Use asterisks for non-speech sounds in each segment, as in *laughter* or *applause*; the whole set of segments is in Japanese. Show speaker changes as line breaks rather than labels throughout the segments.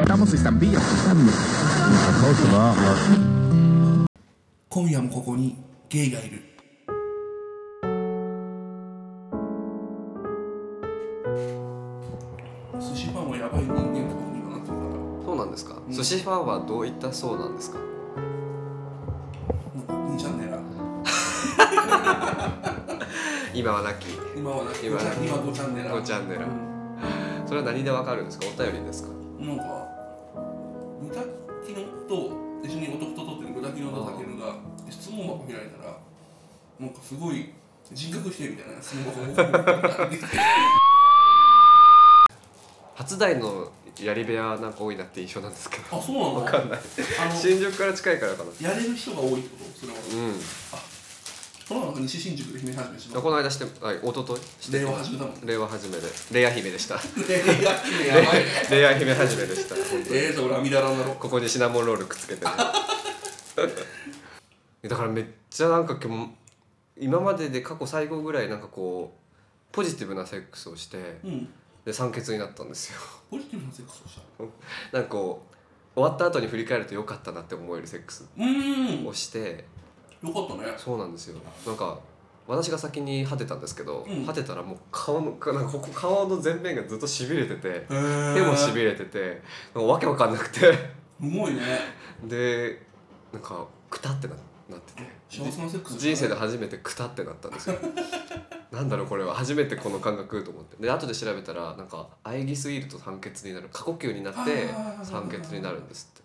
Estamos estampillas. Supposed to love.
今夜もここにゲイがいる寿司パンはやばい人間ってことに今なってるから
そうなんですか、寿司ファンはどういったそうなんですか
なんか2チャンネルある
今はなき
今はだけ
今
今
はなき
5チャンネルある
5チャンネル
うん
それは何でわかるんですかお便りですか
なんか豚タキノと一緒に男と撮ってる豚タキノとタケルが質問箱開いたらなんかすごい人格否定みたいな質問箱ができて
初台のやり部屋なんか多いなって印象なんですけど
あそうなの
わかんない
あの
*laughs* 新宿から近いからかな
やれる人が多いってことそれは
うん
この中西新宿で姫始めしま
この間してはい一昨日し
す
て
令和始
*laughs*
めたもんね
令和初めでレア姫でした *laughs*
令和始めやばいね
レア姫初めでした
ええと俺はミラランだろ
ここにシナモンロールくっつけてね *laughs* だからめっちゃなんか今日今までで過去最後ぐらいなんかこうポジティブなセックスをして
うん
で酸欠になったんですよ
ポジティブなセックスをした
なんかこう終わった後に振り返ると良かったなって思えるセックス
うーんよ
をして
かったね
そうなんですよなんか私が先に果てたんですけど、
うん
果てたらもう顔のなんかここ顔の前面がずっとしびれてて
へ
手もしびれててなんかわけわかんなくて *laughs*
すごいね
でなんかくたってななってて
幸せなセックス
人生で初めてくたってなったん
*laughs*
ですよなんだろうこれは初めてこの感覚と思ってで後で調べたらなんか喘ぎすぎると酸欠になる過呼吸になって
あー
酸欠になるんですっ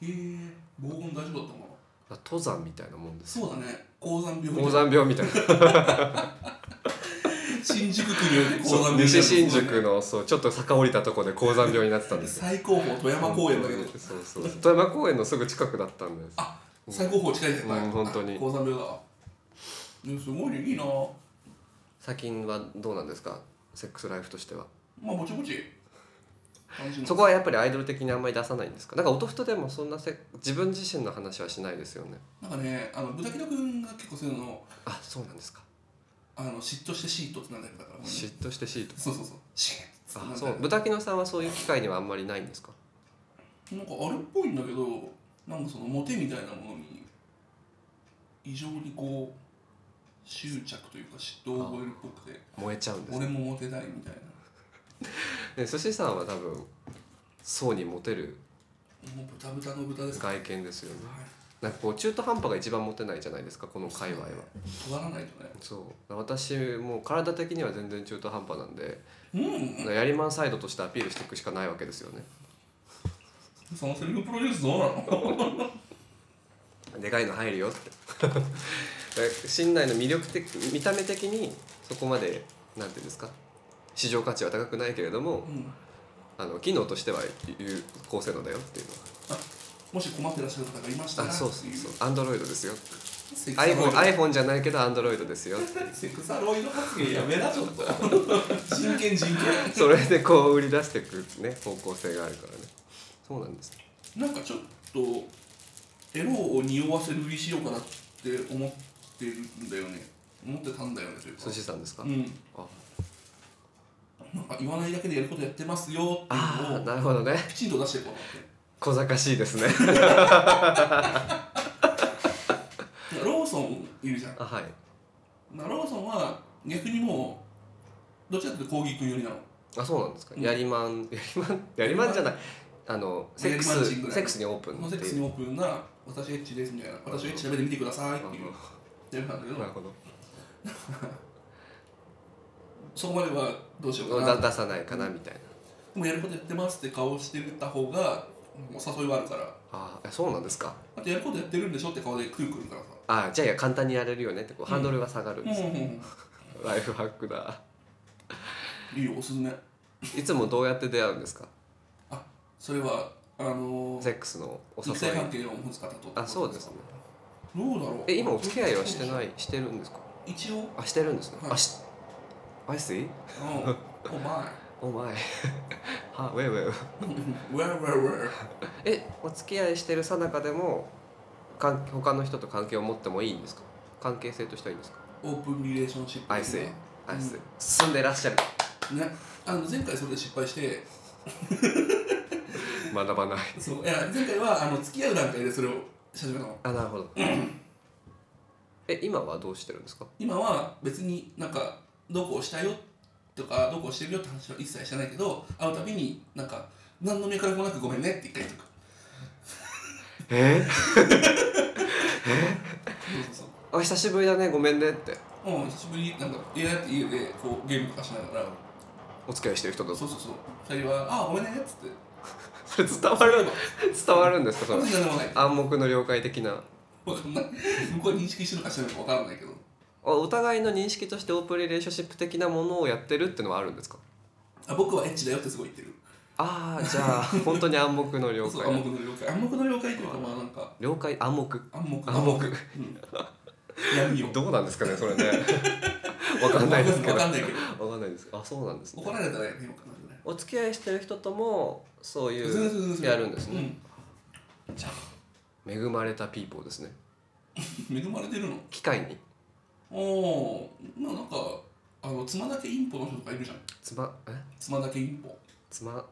て
へえ防音大丈夫だったのかな
だから登山みたいなもんです
そうだね高山病
高山病みたいな
新宿区によって高山
そう
病
西新宿のそうちょっと坂降りたとこで高山病になってたんですよ
最高峰富山公園だけど
そうそう富山公園のすぐ近くだったんです
あ最高峰近いじゃない
うん本当に
高山病だわねすごいねいいな
最近はどうなんですかセックスライフとしては
まあぼちぼち楽しんで
そこはやっぱりアイドル的にあんまり出さないんですかなんか音太でもそんなせ自分自身の話はしないですよね
なんかねあの豚木戸君が結構そういうのを
あそうなんですか
あの嫉妬してシートってなんだけどだから、ね、
嫉妬してシート
そうそうそうシート
あ
って
そう
なんか
豚キノさんはそういう機会にはあんまりないんですか
なんかあれっぽいんだけどなんかそのモテみたいなものに異常にこう執着というか嫉妬を覚えるっぽくて
燃えちゃうんです
俺もモテたいみたいな
ね寿司さんは多分層にモテる
もう豚豚の豚ですか
外見ですよね
はい
なんかこう中途半端が一番モテないじゃないですかこの界隈は
尖らないとね
そう私もう体的には全然中途半端なんで
うん
やりまんサイドとしてアピールしていくしかないわけですよね
そのセルフプロデュースどうなの
でかいの入るよって *laughs* 信内の魅力的見た目的にそこまでなんていうんですか市場価値は高くないけれども
うん
あの機能としては有効性能だよっていうの
もし困ってらっしゃる方がいました
は
ら
あそうそうそう
う
アンドロイドですよ
セクサロイド
iPhone, iPhone じゃないけどアンドロイドですよ
セクサロイド発言やめなちょっと人権人権
それでこう売り出していくね方向性があるからねそうなんです
なんかちょっとエロを匂わせるふりしようかなって思ってるんだよね思ってたんだよねというか
寿司さんですか、
うん
あ
なんか言わないだけでやることやってますよっていう
あ
の
ー
を
なるほどね
きちんと出していこう
小賢しいですね
かなってローソンいるじゃん
あはい
まあローソンは逆にもうどっちかというとコーギー君寄りなの
あそうなんですか、
うん
やりまん *laughs* やりまんやりまんじゃないあのセック
やりまん
ス
人ぐらい
セックスにオープ
この
ンっ
セ
て
ックス
い
に
う
オープンな私エッチですみたいな私をエッチ調べてみてくださいっていうやるんだけど
なるほど
そこまではどうしようかな
だ出さないかなみたいな
もうやることやってますって顔してた方がもう誘いはあるから
あーそうなんですか
あとやることやってるんでしょって顔でくるくるからさ。
あーじゃあいや簡単にやれるよねってこうハンドルが下がるんです、
う
ライフハックだ
ん、いいよ、おすすめ。
いつもどうやって出会うんですか
それは、あの
セ
ー、
ックスのお
肉
誘
体
い
関係を持つ方と。
あそうですね。
どうだろう。
え今お付き合いはして
い。
ないしてるんですか
一応、うん、
あしてるんですね、
はい
あし I see?
お前。
お前 *laughs* はウェイウェイ
ウェウェウェ
えお付き合いしてる最中でも関他の人と関係を持ってもいいんですか関係性としてはいいんですか
オープンリレーションシップ。
I
う
see
ん
I see 進んでいらっしゃる
ね、あの前回それで失敗して
学ばない
そういや前回はあの付き合う段階でそれをし始めたの
あな
*laughs*
るほどえ今はどうしてるんですか
今は別になんかどこをしたよとかどこをしてるよって話は一切してないけど会うたびになんか何の脈絡もなくごめんねって一回言っとく
え
そうそう
あ久しぶりだねごめんねって
そうもう久しぶりなんか家だって家でこうゲームとかしながら
お付き合いしてる人と
そうそうそう二人は「ああごめんね」っつって
それ伝わるの伝わるんですかそ
そん
の
なに何でもない
暗黙の了解的な
わかんない *laughs* 向こうは認識してるのかしてないのかわからないけど
あお互いの認識としてオープンリレーションシップ的なものをやってるってのはあるんですか
あ僕はエッチだよってすごい言ってる
ああ
*laughs*
じゃあ本当に暗黙の了
そう暗
解
黙の了解暗黙の了解というかまあなんか
了解暗黙
暗黙
暗黙
うん闇を
*laughs* どうなんですかねそ
*laughs*
れねわかんないですけ
わ
どわ
か
か
んないけど
んないですあそうなんですね
怒られたらやめようかなぐらい
お付き合いしてる人ともそうい
全然全然
う
全然
やるんですね、
うんじゃあ
恵まれたピーポーですね
恵まれてるの
機械に
おおまあなんかあの妻だけインポの人とかいるじゃん
つまえ
妻だけインポ
つま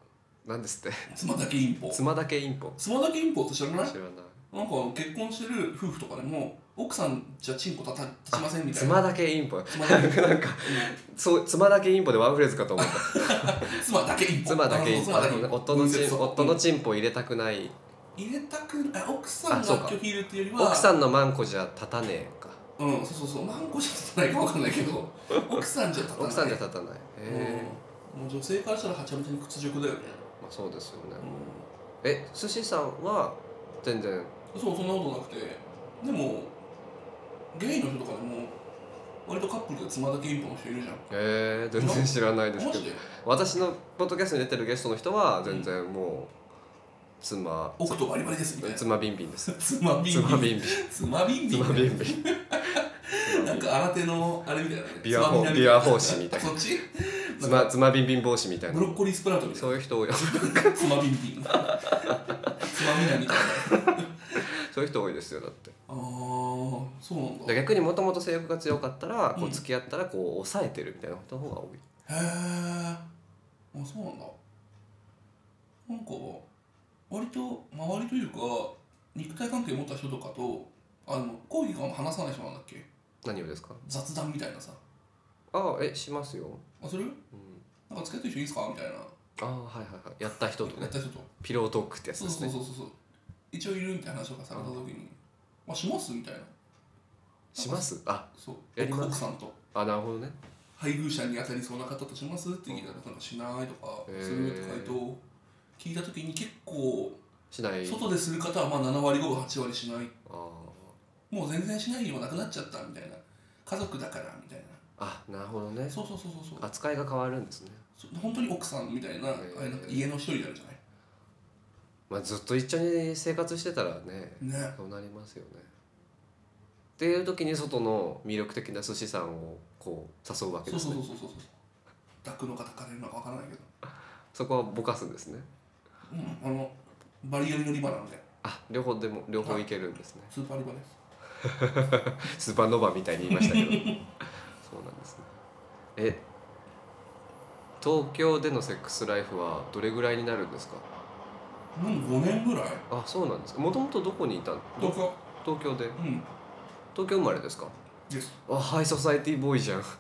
なんですって
妻だけインポ
つまだけインポ
妻だけインポって知らない
知らない
なんか結婚してる夫婦とかでも奥さんじゃチンコ立た立ちませんみた
つ
いな
まだけインポ *laughs*
妻だけ
なんかそうつまだけインポでワンフレーズかと思った
妻だけインポ
妻だ
あ
けイ
の
ンポ
妻だけインポ
夫のチン
そう
夫のチンポを入れたくない
入れたくない奥さん
あそう
が
か
拒否入れっていうよりは
奥さんのマンコじゃ立たねえか
うんそうそうそう何個じゃ立たないか分かんないけど
*laughs*
奥さんじゃ立たない
奥さんじゃ立たない
うん
え
もう女性からしたらはちゃめちゃに屈辱だよね、
まあそうですよね
う
え寿司さんは全然
ん、そうそんなことなくてでもゲイの人とかでも割とカップルで妻だけインポの人いるじゃん
えー、全然知らないです
マ
け
ジ
ど
で
私のポッドキャストに出てるゲストの人は全然もう妻
奥とバリバリですみたいな
妻ビンビンです
妻ビン
妻
ビン
ビンビン
妻ビンビン
妻ビンビン
なんか新手のあれみたいなね
ビア
つ
ホ
まみなみ
ビアホーシみたいな
そっちなん
妻
か
妻ビンビン帽子みたい
ブ
な
ロッコリースプラウトみたい
そういう人多い *laughs*
な妻ビンビン妻みなみたいな
そういう人多いですよだって
ああそうなんだ
で逆にもともと性欲が強かったらこ
う
うん付き合ったらこう抑えてるみたいなことの方が多
へ
い、
えあそうなんだなんか割と周りというか肉体関係持った人とかとあの講義かも話さない人なんだっけ
何をですか
雑談みたいなさ
ああえしますよ、
あそれ
うん、
なんか付き合ってる人いいですかみたいな
ああはいはいはいやった人と
やっ *laughs*
ね
た人と
ピロートークってやつ
そう
です
そう
ね
そうそうそう一応いるみたいな話とかされた時に「あします?」みたいな
しますあ
そう
やります
奥さんと
あなるほどね
配偶者に当たりそうな方としますって聞いたら「なんかしない」とか「
へー
する」とか回答聞いた時に結構
しないあ
外でする方はまあ7割5分8割しない
ー
もう全然しないよなくなっちゃったみたいな家族だからみたいな
あなるほどね
そうそうそうそうそう
扱いが変わるんですね、
そ本当に奥さんみたいな,、
ー
あれなんか家の一人になるじゃ
まあ、ずっと一緒に生活してたらね
ないね
そうなりますよねっていう時に外の魅力的な寿司さんをこう誘うわけ
そ
で
う
す
そ
ね
うそうそうそう抱くのか抱かれるのかわからないけど
そこはぼかすんですね
うんあのバリガリのリバなんで
あ両方でも両方いけるんですね
スーパーリバです
スーパーノヴァみたいに言い
*laughs*
ましたけどそうなんですねえ東京でのセックスライフはどれぐらいになるんですか
うん5年ぐらい
あそうなんですかもともとどこにいたの
東京
東京で
うん
東京生まれですか
です
あハイソサイティボーイじゃん *laughs*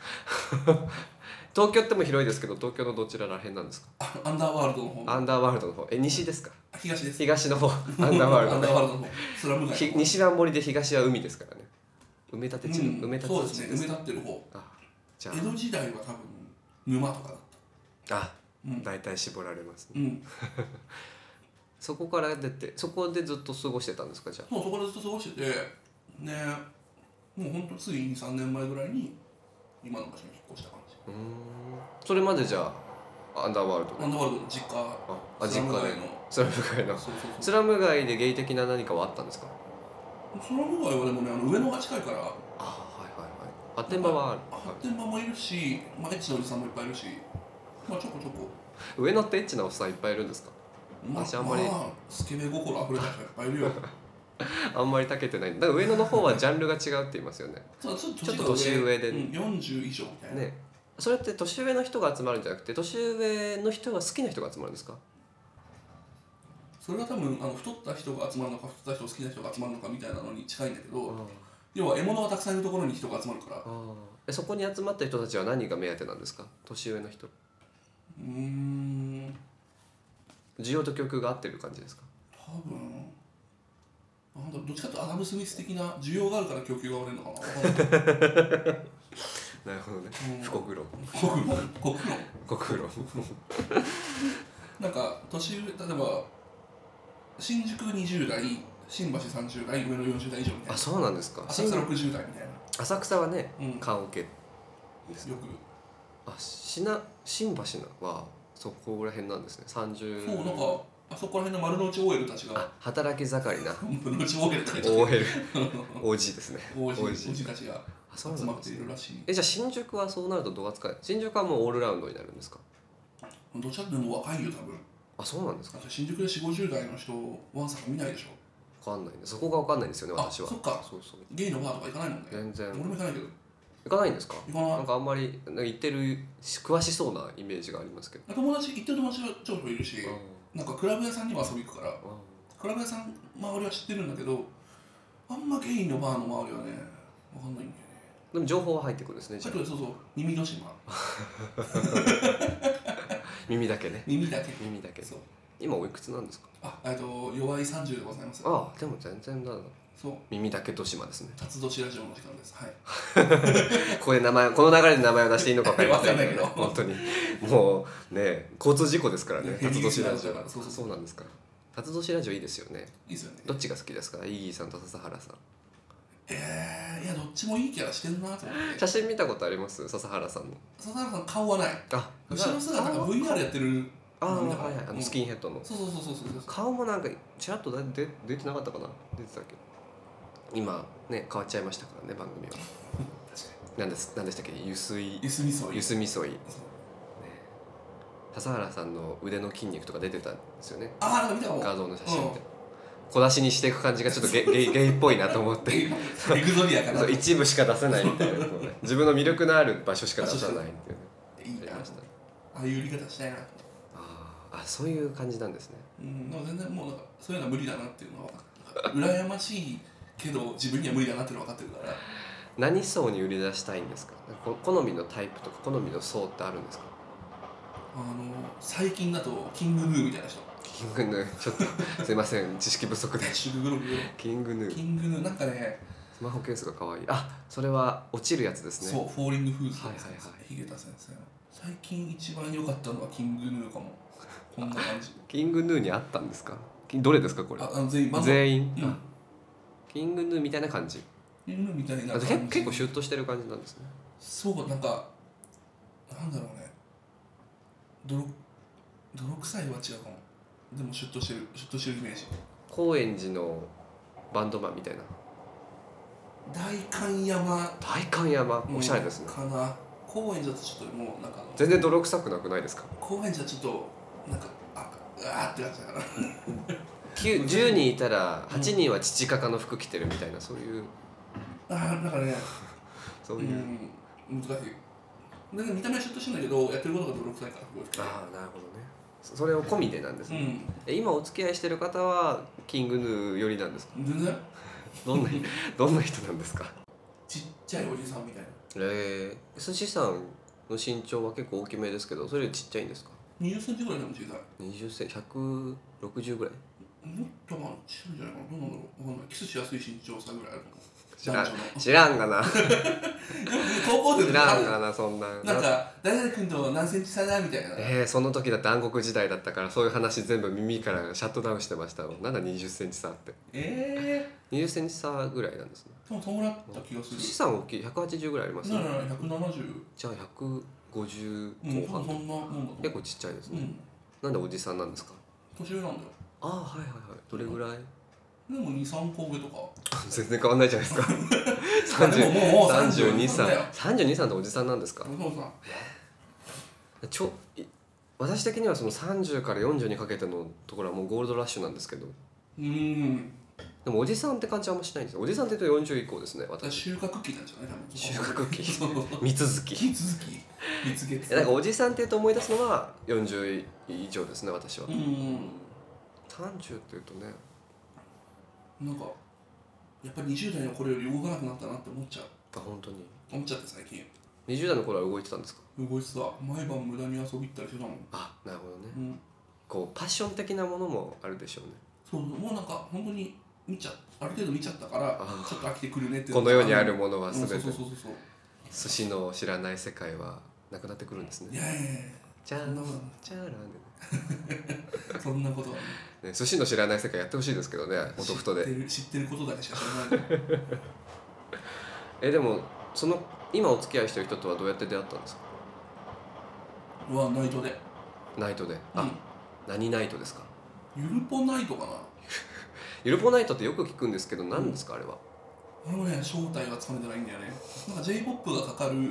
東京っても広いですけど東京のどちらら辺なんですか
あアンダーワールドの方
アンダーワールドの方え西ですか
東です
東
*laughs*
の方アンダーワールド
アン
の
ダー
方
ワールドの方スラム街
ひ西は森で東は海ですからね埋め立て地の、埋め立て
そう
地
ですね埋め立ってる方
あじゃ
江戸時代は多分沼とかだった
ああ
うん
大体絞られますね
うん
そこから出てそこでずっと過ごしてたんですかじゃ
そうそこでずっと過ごしててねもうほんとついに3年前ぐらいに今の場所に引っ越した感じ
あうーんそれまでじゃあアンダーワールド
ア
の
ンダーワールドの実家
ああ実
スラム
家で
街の
スラム街の
そうそうそ
スラム街でゲイ的な何かはあったんですか
うスラム街はでもねあの上野が近いから
あはいはいはいアテンバはある、は
発展場もいるし、まあ、エッチなおじさんもいっぱいいるしまあちょこちょこ
い上野ってエッチなおっさんいっぱいいるんですか私あんまり
あ、スケベ心あふれ *laughs* た人いっぱいいるよ
あんまりたけてないだから上野の方はジャンルが違うって言いますよね
そうちょっ
ちょっと年上で
うん、40以上みたいな、
ねそれって年上の人が集まるんじゃなくて年上の人が好きな人が集まるんですか
それは多分あの太った人が集まるのか太った人が好きな人が集まるのかみたいなのに近いんだけど要は獲物がたくさんいるところに人が集まるから
あーえそこに集まった人たちは何が目当てなんですか年上の人
うーん
需要と供給が合ってる感じですか
多分なんだろうどっちかというとアダム・スミス的な需要があるから供給が割れるのか *laughs* な分かんない
なるほどね
うん
不国論
国論国論
国論
なんか年上例えば新宿20代新橋30代上野40代以上みたい
あ
な
そうなんですか
浅草60代みたいな、
浅草はね
うん、よ
棺桶
く
あしな新橋はそこら辺なんですね30
もうなんかあそこら辺の丸の内 OL たちが
あ働き盛りな
*laughs* 丸の内 OL たち
OL OG ですね
OG
王子
おじたちが
あそう
*laughs* 集
な
ま
ん
っ
で
て
す
い
ね
るらしい
えじゃあ新宿はそうなるとどう扱い新宿はもうオールラウンドになるんですか
どちらかというともう若いよ多分
あそうなんですか
なんか新宿で4 5 0代の人ワンサか見ないでしょ
わかんないねそこがわかんないんですよね
あ
私は
そっか
そうそう
ゲイのバーとか行かないもんね
全然
俺も行かないけど
行かないんですか
行かない
なんかあんまりなんか行ってるし詳しそうなイメージがありますけど
友達行ってる友達がちょいちょいいるし
あ
なんかクラブ屋さんにも遊び行くから
ーあ
クラブ屋さん周りは知ってるんだけどあんまゲイのバーの周りはねわかんないんだよね
ーでも情報は入ってくるんですねじ
さ
ゃ
っ
あ
きのそうそう耳の島
耳だけね
耳だけ
耳だけ
そう
今おいくつなんですか
あえっと弱い30でございます
ああでも全然だな
そう
耳だけと島ですね
辰年ラジオの時間ですはい
ここで名前この流れで名前を出していいのか分かりません
わか
本当にもうね交通事故ですから *laughs* ね
ヘビ
辰
ーリス
年
ナー
ラ
だ
ジ
か
オ
ら
そ
そううそう
なんですか辰年ラジオいいですよね
いいですよね
どっちが好きですかイギーさんと笹原さん
えー、いやどっちもいいキャラしてんなと思って
写真見たことあります笹原さんの
笹原さん顔はない
あ
後ろ姿が VR やってる
ああ
なんだ
はいはいあのスキンヘッドの
そうそうそうそうそうそう
顔もなんかちらっとだ出出てなかったかな出てたっけ今ね変わっちゃいましたからね番
*laughs*
組は
確か
何です何でしたっけゆすい
にゆすみそう
ゆ
す
すみそい
そう
笹原さんの腕の筋肉とか出てたんですよね
ああなんか見たかも
画像の写真っ
うん
て小出しにしていく感じがちょっとゲゲイゲイっぽいなと思って
エグゾリ *laughs* アかな
そう
い
一部しか出せないみたいな
*laughs*
こうね自分の魅力のある場所しか出さないっていうね
い
あり
な
ました
ああいう売り方したいな
あーあそういう感じなんですね
うんでも全然もうなんかそういうのは無理だなっていうのはなんか羨ましいけど自分には無理だなっていうのは分かってるから
何層に売り出したいんですかなんかこ好みのタイプとか好みの層ってあるんですか
あの最近だとキングヌーみたいな
*laughs*
人
キングヌーちょっとすいません知識不足で
シュググログ
キングヌー
キングヌーなんかね
スマホケースが可愛いあそれは落ちるやつです
そ
ね
うフォーリングフーズ
はいはいはい
ヒゲタ先生の最近一番良かったのはキングヌーか
*laughs*
もこんな感じ
キングヌーにあったんですかきどれですかこれ
ああの全員バンド
全員、
うん
あキングヌーみたいな感じ
キングヌーみたいな
あ
感
け
じ
結構シュッとしてる感じなんですね
そうなんかなんだろうね泥泥臭いは違うかもでもシュッとしてるシュッとしてるイメージ
高円寺のバンドマンみたいな
代官山
大観山おしゃれですね、
かな高円寺だとちょっともうなんかあの
全然泥臭くなくないですか
高円寺はちょっとなんかあうわーって感じだから
9 10人いたら8人は父方の服着てるみたいなそういう
あーなんかね
そう
う
いう、
ん難しいなんか見た目はシュッとしてんだけどやってることが泥臭いからすごい
ああなるほどねそそれを込みでなんです
う
ね、
ん
え今お付き合いしてる方はキングヌー寄りな
*laughs*
んですか
全然
どんなどんな人なんですか
ちっちゃいおじさんみたいな
ええ寿司さんの身長は結構大きめですけどそれよりちっちゃいんですか
2 0ンチぐらいでも小さい
20センチ160ぐらい
もっとまあちっちゃいんじゃないかなどうなんだろうわかんないキスしやすい身長差ぐらいあるかも
知らん
男女の
知らんがな
高校生
知
の
らんがなそんな
*laughs* なんか誰々君と何センチ差だみたいな
えー、その時だって暗黒時代だったからそういう話全部耳からシャットダウンしてましたもんなんだ2 0ンチ差って
え
2 0ンチ差ぐらいなんですね
ー、でもそうなった気がす
寿
る
司さん大きい180ぐらいあります
な
ね
ら170
じゃあ150
うん多分
後半
そんなもんだと思う
結構ちっちゃいです
う
ね、
ん
なんでおじさんなんですか
年上なんだよ
ああはいはいはいどれぐらい
でも23個上とか
全然変わんないじゃない
*laughs*
ですか
でももう
32
32
歳
だよ
32歳っておじさんなんですか
そうそう
ちょい私的にはその30から40にかけてのところはもうゴールドラッシュなんですけど
うーん
でもおじさんって感じはあんましないんですよおじさんって言うと40以降ですね
私
私
収穫期なんじゃない多分
*laughs* 収穫
*laughs*
期
そう *laughs*
三続き
引き続き蜜月
えなんかおじさんっていうと思い出すのは40以上ですね私は
うん
30っていうとね
なんかやっぱり20代の頃より動かなくなったなって思っちゃう
あ本当に
思っちゃって最近
20代の頃は動いてたんですか
動いてた毎晩無駄に遊び行ったりしてたもん
あなるほどね
うん
こうパッション的なものもあるでしょうね
そうもうなんか本当に見ちゃある程度見ちゃったから
あー
ちょっと飽きてくるねって
この世にあるもの
の
は
うんそう
全
そう
て
そうそう
寿司の知らない世界はなくなってくるんです
い
ね
やいやい
じゃ
やそん
ー
なんこ
じゃーらんね
とそんなことはない
ね寿司の知らない世界やってほしいですけどね音太
知
で
ってる知ってることだけしか知らない
えでもその今お付き合いしてる人とはどうやって出会ったんですか
うわナイトで
ナイトであ、何ナイトですか
うんゆるぽナイトかな
ゆるぽナイトってよく聞くんですけど何ですかあれは
これもね正体がつかめてないんだよねなんか J−POP がかかる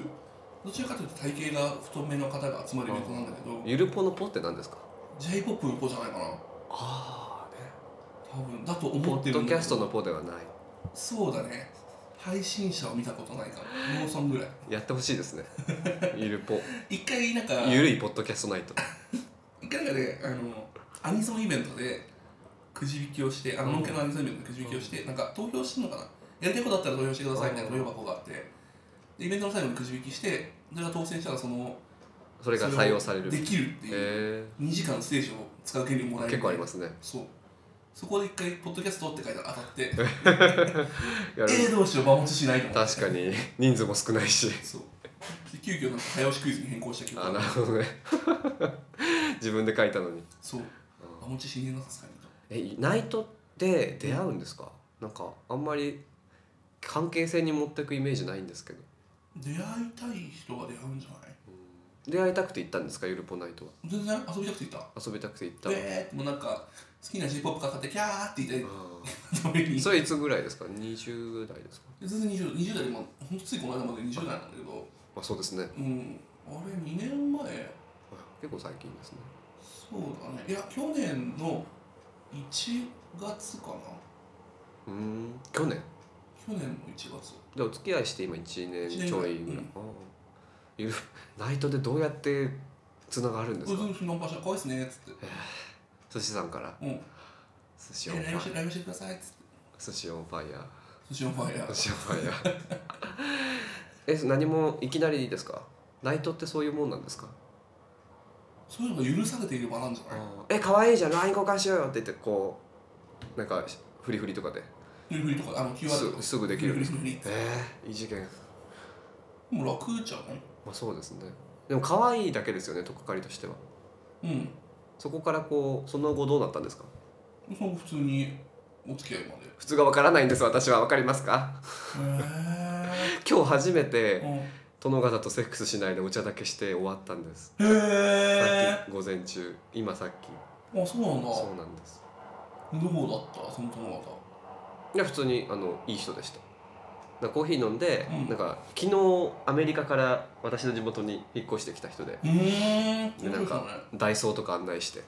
どちらかというと体型が太めの方が集まるイベントなんだけど
ゆるぽのぽって何ですか
J−POP の子じゃないかな
ああね
多分だと
ポ
思ってる
ッド
ん
キ
だ
ャ
け
ス
ど
トのぽではない
そうだね配信者を見たことないかもノーソンぐらい
やってほしいで
*laughs*
すねゆるぽ
一回なんか
ゆるいポッドキャストナイト
一回なんかねあのアニソンイベントでくじ引きをしてあののんけのアニソンイベントでくじ引きをして、なんか投票してんのかなやりたいことあったら投票してくださいみたいな投票箱があってでイベントの最後にくじ引きしてそれが当選したらその
それが採用される
できるっていう、
え
2時間ステージを使う権利をもらえ
ー、
る
結構ありますね
そうそこで一回「ポッドキャスト」って書いたら当た
*laughs*
って「
やる
えー、どうしよう場持ちしない」と思って
確かに人数も少ないし
そうで急遽なんか早押しクイズに変更したけ
あな
ど
るほどね *laughs* 自分で書いたのに
そう場持ちしねえなさすがにと
えナイトで出会うんですか、なんかあんまり関係性に持ってくイメージないんですけど
出会いたい人が出会うんじゃない
出会いたくて行ったんですかゆるぽナイトは
全然遊びたくていた
遊びたくて行った、
えー、もうなんか好きな j p o p かかってキャーって言い
あ
たいために
ー
全
それいつぐらいですか20代ですか、
然 20, 20代でもほんとついこの間まで20代なんだけど
まあ、そうですね
うんあれ2年前
結構最近ですね
そうだねいや去年の1月かな
うーん去年
去年の1月
でお付き合いして今1年ちょい
一年
ぐ
ぐ
らい
らい
あーゆるナイトでどうやってつながるん
「う
です
ず
か
うずナンパしたらかわいいっすね」っつって
寿司さんから
「うん
寿司オンフ
えライブし
ァイ
てライブしてください」っつって
寿司オンファイヤー
「寿司のファイヤ
寿
ー
司オンファイヤー *laughs* えそ何もいきなりですかナイトってそういうもんなんですか、」
そういうのが許されている場なんじゃない
あーえ可愛いじゃん LINE 交換しようよって言ってこうなんかフリフリとかで
フリフリとかあの QR と
す
か
すぐ
*laughs*
できるんですか
フリフリフ
えー、異次元
リもう楽じゃない
まあそうですねでも可愛いだけですよねとっかかりとしては
うん
そこからこうその後どうなったんですか
その普通にお付き合いまで
普通がわからないんです私はわかりますか
へ
今日初め
え
て
うん
殿方とセックスしないでお茶だけして終わったんですさ
へ
っき午前中今さっき
えあそうなんだ
そうなんです
どこだったその友方
いや普通にあのいい人でしたなんかコーヒー飲んで、
うん
なんか昨日アメリカから私の地元に引っ越してきた人で
うーん
でなんかダイソーとか案内して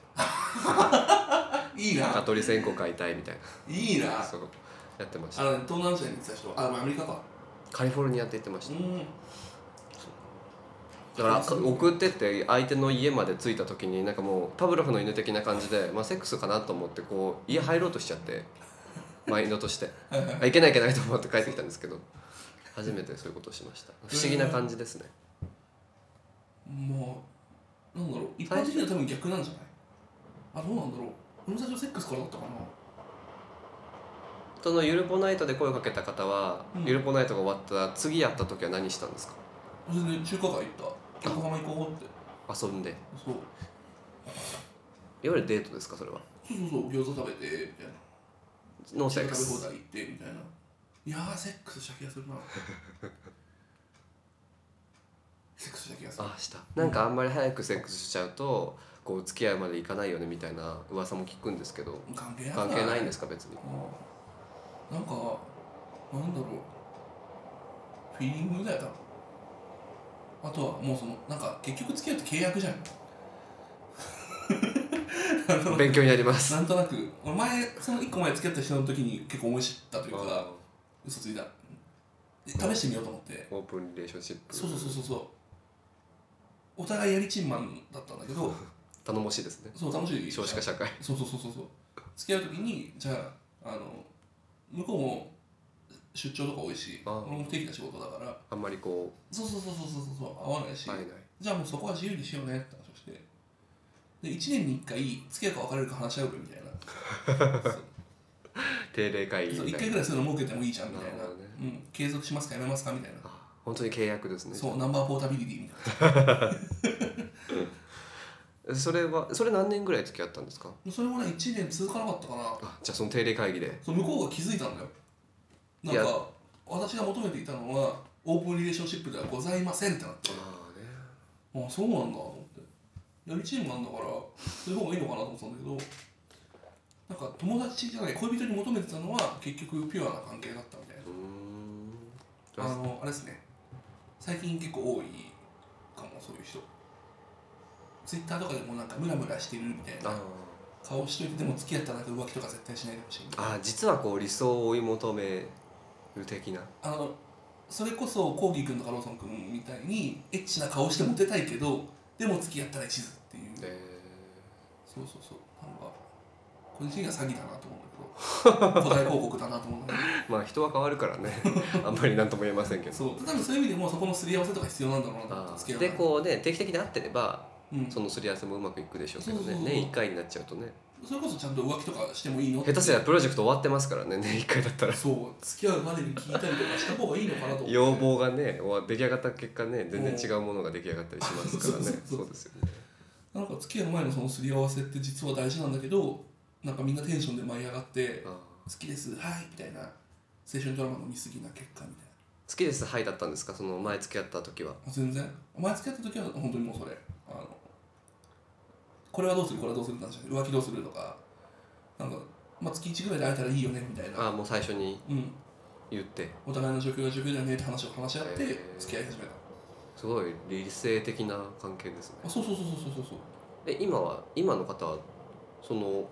いいな
蚊取り線香買いたいみたい
いい
な
な
そうやってまし
あ
た
のね東南アジアに行ってた人あまあアメリカか
カリフォルニアって言ってまし
うん
ただからか送ってって相手の家まで着いた時になんかもうパブロフの犬的な感じで、まあ、セックスかなと思ってこう家入ろうとしちゃってマインドとしてあいけないいけないと思って帰ってきたんですけど初めてそういうことをしました不思議な感じですね
まあなんだろう一般的には多分逆なんじゃないあどうなんだろう俺の最初セックスからだったかな
そのゆるぽナイトで声をかけた方は、
うん
ゆるぽナイトが終わった次やった時は何したんですか
全然中華街行った横浜行こうって
遊んで
そう
いわゆるデートですかそれは
そうそうそう餃子食べてみたいな
ノーセ
中
ッ
華食
ク
べ放
ス
題行ってみたいないやーセックスした気がする
*laughs*
なセックスした気がする
あしたなんかあんまり早くセックスしちゃうとこう付き合いまでいかないよねみたいな噂も聞くんですけど
関係ない
関係ないん
うん
ですか別に
なんかなんだろうフィーリングだよ多分あとはもうそのなんか結局付き合うって契約じゃん *laughs* あの
勉強になります
なんとなく俺前その1個前付き合った人の時に結構思い知ったというか
オ
嘘ついたで試してみようと思って
ープンリレーションシップ
そうそうそうそうそうお互いやりちんマンだったんだけど
*laughs* 頼もしいですね
そう楽しい
少子化社会
そうそうそうそうそう付き合う時にじゃああの向こうも出張とか多いし
あー
俺も不定期な仕事だから
あんまりこ
そうそうそうそうそうそう合わないし、
う会えない
じゃあもうそこは自由にしようねって話をしてで1年に1回付き合うか別れるか話し合うかみたいな *laughs* そう
定例会み
そう1
たい
回
な
ぐらいそういうの儲けてもいいじゃんみたい
な
な
るほどね
うん、継続しますかやめますかみたいな
あ本当に契約ですね
そうナンバーポータビリティみたい
それはそれ何年ぐらい付き合ったんですか
なそれもね1年続かなかったかな
あじゃあその定例会議で
そう向こうが気づいたんだよなん
いや
か私が求めていたのはオープンリレーションシップではございませんってなって
ああね
あそうなんだと思ってやりチームなんだからそういう方がいいのかなと思ってたんだけどなんか友達じゃない恋人に求めてたのは結局ピュアな関係だったみたいう
ーん
なあのあれですね最近結構多いかもそういう人ツイッターとかでもなんかムラムラしてるみたい
あ
な顔しといてでも付き合ったらなんか浮気とか絶対しないでほしいみたいな
あ実はこう理想を追い求める的な
あのそれこそコーギー君とかローソン君みたいにエッチな顔してモテたいけどでも付き合ったら一途っていう
え
そうそうそうなんか個人的には詐欺だなと思うんだけど古
*laughs*
代広告だなと思うんだけ
ーまあ人は変わるから
*laughs*
ねあんまり何とも言えません
ど
けど
そう多分そういう意味でもそこのすり合わせとか必要なんだろうなと思って
あ
付き合
ー
う
で
な
こうね定期的に会ってれば
うん、
そ
そ
のすり合わせもうまくいくでしょうけど
そう
ね
そうそう
年1回になっちゃうとね
れこそちゃんと浮気とかしてもいいの
下手すりゃプロジェクト終わってますからね *laughs* 年1回だったら
そう付き合うまでに聞いたりとかした方がいいのかなと思って
要望がねお出来上がった結果ね全然違うものが出来上がったりしますからね
そうそうそう
そうですよね
なんか付き合う前のそのすり合わせって実は大事なんだけどなんかみんなテンションで舞い上がって
あー
好きですはいみたいな青春ドラマの見過ぎな結果みたい
好きですはいだったんですかその前付き合った時は
な全然前付き合った時は本当にもうそれあのこれはどうするこれはどうするって話で浮気どうするとかなんか、まあ、月1ぐらいで会えたらいいよねみたいな
あーもう最初に
うん
言って
お互いの状況が状況だよねって話を話し合って
へー
付き合い始めた
すごい理性的な関係ですね
あそうそうそうそうそうそう
で今は今の方はその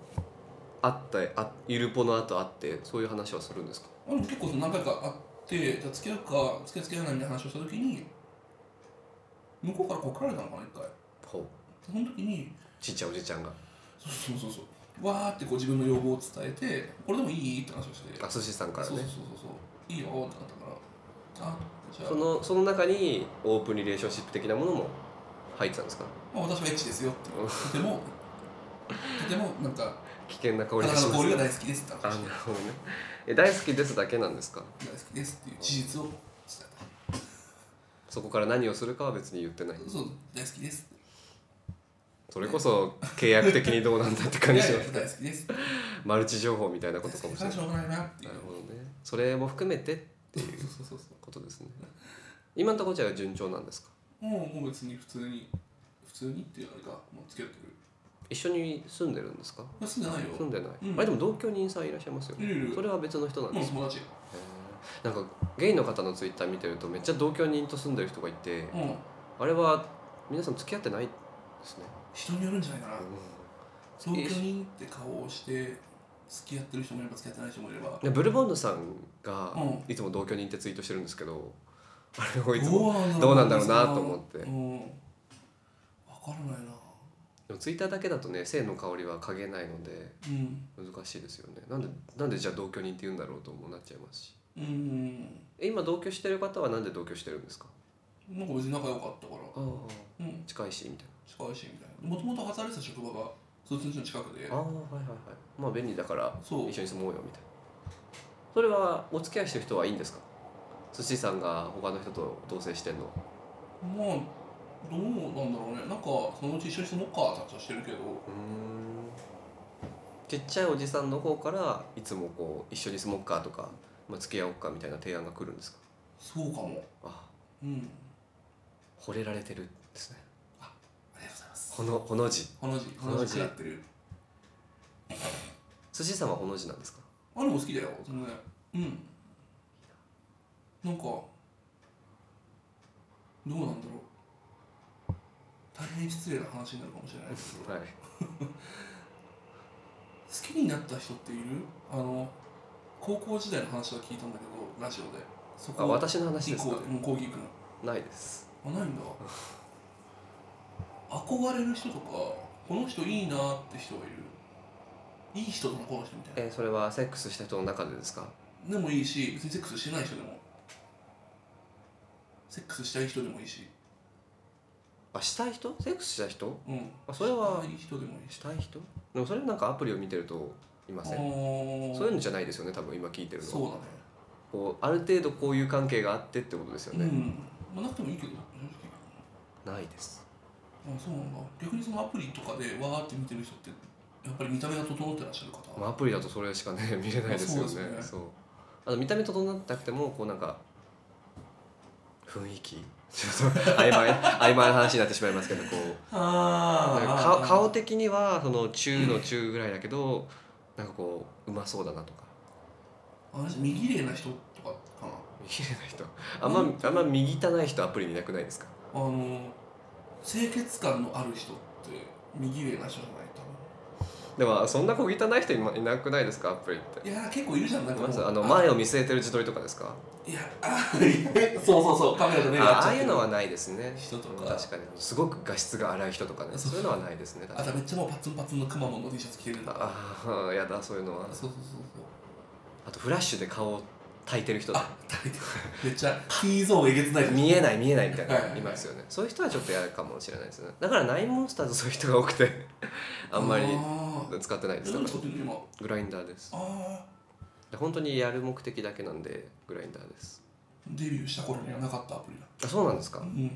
会ったあイルポの後会ってそういう話はするんですか
あでも結構その何回か会ってじゃあ付き合うか付き合う付き合わないみたいな話をした時に向こうから告られたのかな一回
ほう
その時に
ちっちゃいおじいちゃんが
そうそうそうそうわーってこう自分の要望を伝えてこれでもいいって話をして
あ寿司さんから
そうそう
ね
そうそういいよってなったからあじゃあ
そのその中にオープンリレーションシップ的なものも入ってたんですか
まあ、私はエッチですよって
うん
とてもとてもなんか
危険な香り
裸
がし
の
ます
氷が
ね
大好きですって
あな
話
る
して
ほどねえ大好きですだけなんですか
大好きですっていう事実を伝え
そこから何をするかは別に言ってない
たそう大好きですって
それこそ契約的にどうなんだって感
い
じ
やいや
します
大好きです
マルチ情報みたいな
大
こ
好
と
き
かもしれ
感
ない
じのないなってい
な
う
るほどねそれも含めてっていう
そうそうそうそ
ことですね今のところじゃあ順調なんですか
うもうもう別に普通に普通にっていうあれかもう付き合ってる
一緒に住んでるんですか
まあ住んでないよ
住んでない、
うん
あでも同居人さんいらっしゃいますよね
いるいる
それは別の人なん
も
で
う
す、
友達
へえなんかゲイの方のツイッター見てるとめっちゃ同居人と住んでる人がいて
うん
あれは皆さん付き合ってないですね、
人によるんじゃないかな
う
同居人って顔をして付き合ってる人もいれば付き合ってない人もいれば
んでブルボンヌさんが
うん
いつも同居人ってツイートしてるんですけどあれをいつ
どう
も
なんだろう
どうなんだろうなと思って
うん、分からないな
でもツイッターだけだとね性の香りは嗅げないので
うん
難しいですよねなんでなんでじゃあ同居人って言うんだろうともなっちゃいますし
うん
え今同居してる方はなんで同居してるんですか
なんか別に仲良かったから
ああ
うん
近いしみたい
近いしみたいなもともと働いてた職場がそっちの近くで
なああはいはいはいまあ便利だから
そう
一緒に住もうよみたいなそれはお付き合いしてる人はいいんですか寿司さんが他の人と同棲してんの
まあどうなんだろうねなんかそのうち一緒に住もうかって話はしてるけど
うんちっちゃいおじさんの方からいつもこう一緒に住もうかとか、まあ、付き合おうかみたいな提案が来るんですか
そうかも
あ
うん
惚れられてるんですね
ありがとうございます
ほのほの字
ほの字
ほ
ほ
の
の
字
字やってる
寿司さんはほの字なんですか
あでも好きだよ全然うんなんかどうなんだろう大変失礼な話になるかもしれないですけど
はい
好きになった人っているあの高校時代の話は聞いたんだけどラジオでそ
あ
こ
私の
以
話です
降
か
でもうコーギー君
ないです
あないんだ憧れる人とかこの人いいなって人がいるいい人だなこの人みたい
えそれはセックスした人の中でですか
なでもいいし別にセックスしてない人でもセックスしたい人でもいいし
あしたい人セックスした人
うん
あそれは
したい人でもいいし
したい人でもそれなんかアプリを見てるといません
ー
そういうのじゃないですよね多分今聞いてるのは
そうだね
こうある程度こういう関係があってってことですよ
う
ね、
ん、まあ、なくてもいいけど正
ないです
直あそうなんだ逆にそのアプリとかでわーって見てる人ってやっぱり見た目が整ってらっしゃる方、
まあアプリだとそれしか
*laughs*
ね見れないです
そ
よねそうう
ですね
あの見た目整ってなくてもこうなんか雰囲気 *laughs* ちょっと曖昧 *laughs* 曖昧な話になってしまいますけどこうなん
あ
か顔顔的にはその中の中ぐらいだけど、なんかこううまそうだなとか
あ右綺麗な人とかかな
綺麗な人あんま、あんま右汚い人アプリにいなくないですか
あの清潔感のある人って右上な人じゃない多
でもそんな小汚い人いまいなくないですかアプリって
分いや結構いるじゃんなんかもう
まずあの前を見据えてる自撮りとかですか
いやあそうそうそうカメラと目が合
あ
っち
あ
ゃっ
あ
て
いう
る
のはないですね
人とか
確かにすごく画質が荒い人とかねそういうのはないですね
あ
確
と
かに
めっちゃもうパツンパツンのくまモンの T シャツ着てるんだ
ああやだそういうのは
そうそうそう
あとフラッシュで顔を焚いてる人
そうあ足りてる *laughs* めっちゃ T ゾーンえげつない人
見えない見えないみたい
はいはいは
ないいますよねそういう人はちょっとやるかもしれないですねだからナインモンスターズそういう人が多くてあんまり
あ
使ってないです
ー
だ
何
から
使ってるの今
グラインダーです
あ
本当にやる目的だけなんでグラインダーです
ーデビューした頃にはなかったアプリだ
あそうなんですか
うん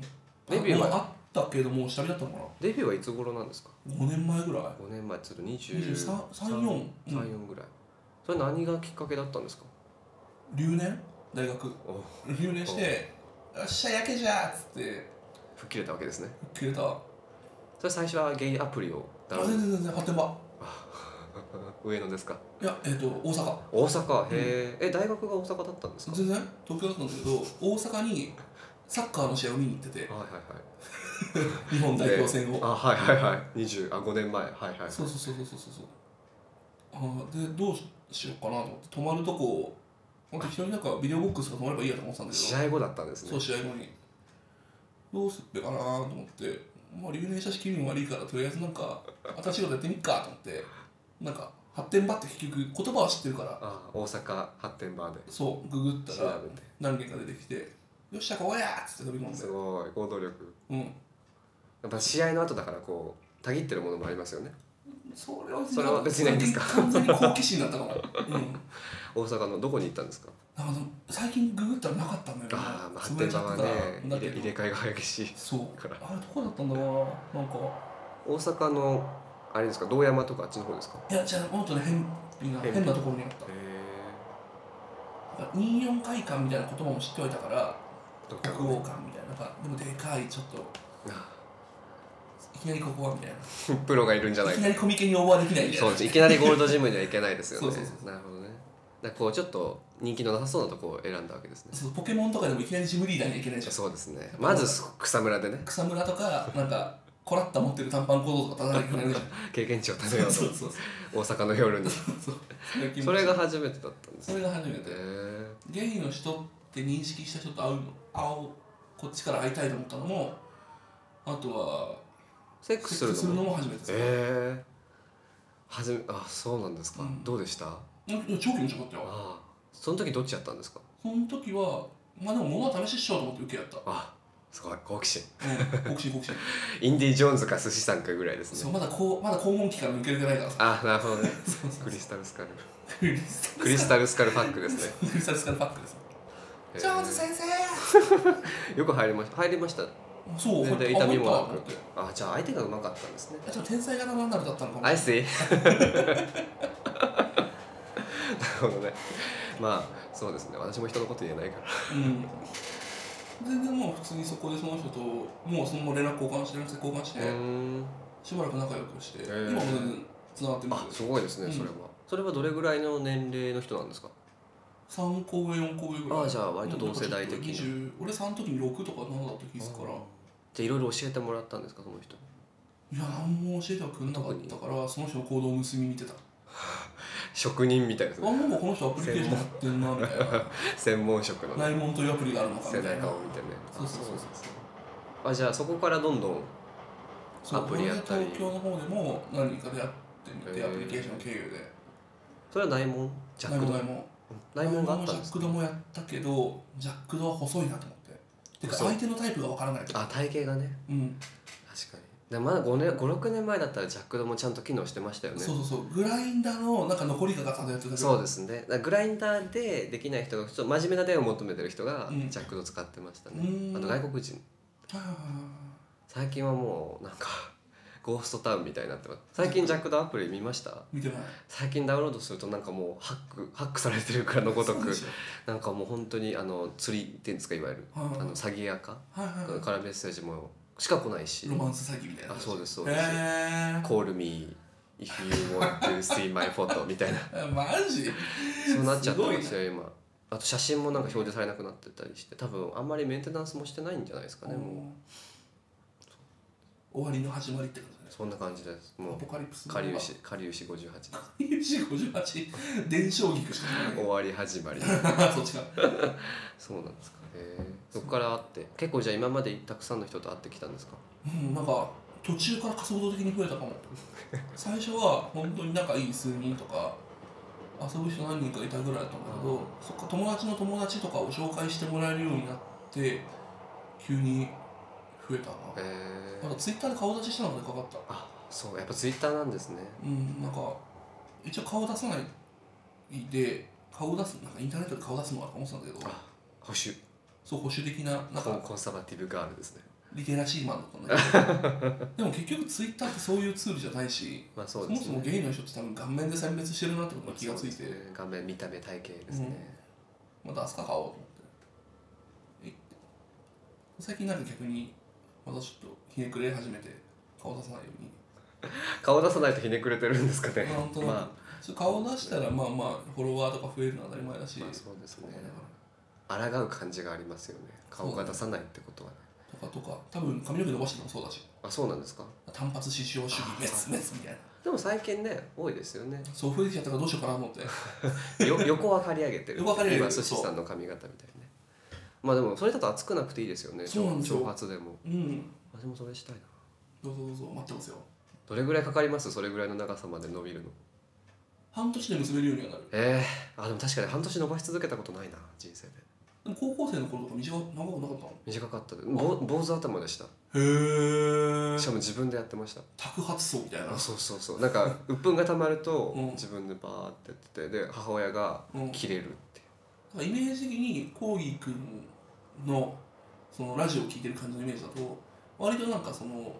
デビューは
ああったけどもう下火だったのか
デビューはいつ頃なんですか
な5年前ぐらい
5年前ちょっと
23
2334
34うん
ぐらいそれ何がきっかけだったんですか
留年大学
お
留年して「よっしゃやけじゃ!」っつって
吹っ切れたわけですね
くれたあ
それ最初はゲイアプリをダウ
全
ン
然全然発展場
上野ですか
いやえっ、と大阪
大阪へえ、え大学が大阪だったんですか
全然東京だったんだけど大阪にサッカーの試合を見に行ってて
はいはいはい
日本代表戦を
であはいはいはい20あ5年前はいはいはい
そうそうそうそうそうそうあーでどうしようかなと思って泊まるとこ本当一人なんかビデオボックスが泊まればいいやと思ってたんだけど
試合後だったんですね
そう試合後にどうすっぺかなと思ってまあ留年したし気分悪いからとりあえずなんか新しいことやってみっかと思ってなんか発展場って結局言葉は知ってるから
あ大阪発展バーで
そうググった
調
ら
べ
何件か出てきて「よっしゃここや!」っつって飛び込ん
て
です
ごい行動力
うん
やっぱ試合の後だからこうたぎってるものもありますよね
それは
それは別にないんですか
完全に好奇心だったかも、うん、なんか
大阪のどこに行ったんですか
その最近ググったらなかったんだよね
ああまあ発
潰れ
展
ちゃ
場
っ
は
て
ね
た
入
だ
れ
けど
入れ替えが激しい
そう
から
あれどこだったんだろうななんか
大阪のあれですか道山とかあっちの方ですか
いやじゃあもっとね変な
変
変なところにあった
へえ
24会館みたいな言葉も知っておいたから
どっか
国王館みたいななんかでもでかいちょっといきなりここはみたいな
プロがいるんじゃない
い
か
きなりコミケに応募はできないみたい
そう
な
ですいきなりゴールドジムにはいけないですよね
そうそうそう
なるほどねだからこうちょっと人気のなさそうなとこを選んだわけですね
そうポケモンとかでもいきなりジムリーダーにはいけないじゃん
そうですねまず草むらでね
草むらとかなんかコラッタ持ってる短パン行動とか叩かれるじゃん
経験値を *laughs* 食べよう
そうそう
と大阪の夜に
そうそう
それが初めてだったんです
そ
ね
れが初め
へ
て
え
ゲイの人って認識した人と会うの会おうこっちから会いたいと思ったのもあとは
セックス
セ
す
ッ
る
クスする
の
の
も
も初めてです、
ええはじめあそうなんですか、
うん
どうでしたあ
うん超気持ちよかったよ
あその時どっちやったんですか
その時はまあでも物は試しっしようと思って受けやった
あすごい好奇心
うん、ボクシングボクシング
インディ・ジョーンズか寿司さんかぐらいです
そう
ね
まだこうまだ肛門期から抜けれてないからさ
あなるほどね
そうそう
クリスタルスカル
クリス
クリスタルスカルパックですね
クリスタルスカルパックでさ
へえ
ジョーンズ先生
よく入りました入りました
そう
全然
あ
痛みも
思った
な
思っ
く
て
あじゃあ相手がうまかったんですね
あちょっと天才型マンダルだったのかも
アイスイなるほどねまあそうですね私も人のこと言えないから
うん全然もう普通にそこでその人ともうそのまま連絡交換して連絡先交換して、
うーん
しばらく仲良くして、
へえ
今も全然つながってるん
あ
です
すごいです
うん
ねそれは、それはどれぐらいの年齢の人なんですか
3校上4校上ぐらい
あじゃあ割と同世代的
な
な
かち
ん
ょっと20俺3の時に6とか7だった時ですから
じゃあいろいろ教えてもらったんですかその人
いや何も教えてはくれなかったからその人の行動を盗み見てた
職人みたいです
あ
ね
なんかこの人アプリケーションやってんなみたいな
*laughs* 専門職の
内門というアプリがあるのかみ
背
たいな
中を見てね
そうそうそうそう
あじゃあそこからどんどん
そう
アプリやったり
これで東京の方でも何人かでやってみて、
へー
アプリケーション経由で
それは内門ジャッ
内
ク
門内
ド
門
内門があっ
ジ
た
ャ
んです
ックドもやったけどジャックドは細いなと思っててか
細い
相手のタイプがわからないと
あ体型がね
うん、
確かにでまだ5年56年前だったらジャックドもちゃんと機能してましたよね
そうそうそうグラインダーのなんか残りがガサのやつだけど
そうですねだからグラインダーでできない人がちょっと真面目な例を求めてる人が
うん
ジャックド使ってましたね、
うん
あと外国人
はいはいはいはい
最近はもうなんか *laughs* ゴーストタウンみたいになってます最近ジャックドアプリ見ました
見てない
最近ダウンロードするとなんかもうハックハックされてるからのごと
そう
く
でしょ
なんかもう本当にあの釣りっていうんですかいわゆる
はいはい
あの詐欺屋か
はいはいは
からメッセージもしか来ないし
いロマンス詐欺みたいな
あそうですそうです
へえ
「Call me if you want to see my photo」みたいな
マジ
そうなっちゃってますよ今あと写真もなんか表示されなくなってたりして多分あんまりメンテナンスもしてないんじゃないですかねもう
終わりの始まりってことですね
そんな感じです
ア
も
ポ
う
カリプス
かり
*laughs*
ゆしかりゆし58です
有志58伝承菊しか
終わり始まり
ない *laughs* そっちか
そうなんですかへえそこから会って結構じゃあ今までたくさんの人と会ってきたんですか
うんなんか途中から加速度的に増えたか *laughs* も最初は本当に仲いい数人とか遊ぶ人何人かいたぐらいだったんだけど、そっか友達の友達とかを紹介してもらえるようになって急に増えたな、
へ
ま
え
だツイッターで顔出ししたのでかかった
あそうやっぱツイッターなんですね
うんなんか一応顔出さないで顔出すなんかインターネットで顔出すのかと思ってたんだけど
あ保守
そう保守的ななん
コン
か
コンサバティブガールですね
リテラシーマンだったんだ *laughs* けどでも結局ツイッターってそういうツールじゃないし
まあそ
そう
ですね
もそもゲイの人って多分顔面で選別してるなってこと
ま
に
あ
気がついて、
そうですね顔面見た目体型ですね、
また明日買おうと思ってえ最近なんか逆にまたちょっとひねくれ始めて顔出さないように
顔出さないとひねくれてるんですかね
まあ本当だ
まあ
そう顔出したらまあまあフォロワーとか増えるのは当たり前だし、
まあそうですね
だから
抗う感じがありますよね顔が出さないってことはね
とかとか多分髪の毛伸ばしてもそうだし
あそうなんですか
単発至上主義メスメスみたいな
でも最近ね多いですよね
そう増えてきちゃったからどうしようかなと思って *laughs*
よ横は刈り上げてる
横は刈り上げてる
今寿司さんの髪型みたいにねまあでもそれだと熱くなくていいですよね
そうなんですよ
長髪でも
うん
私もそれしたいな
どうぞどうぞ待ってますよ
どれぐらいかかりますそれぐらいの長さまで伸びるの
半年で結べるようにはなる
ええあでも確かに半年伸ばし続けたことないな人生で
でも高校生の頃とか短く長くなかったの
短かったでぼ坊主頭でした
へえ
しかも自分でやってました
托発層みたいな
あそうそうそうな
*laughs*
んか鬱憤がたまると
うん
自分でバーってやっててで母親が
うん
切れるって
なんかイメージ的にコーギー君のそのラジオを聞いてる感じのイメージだと割となんかその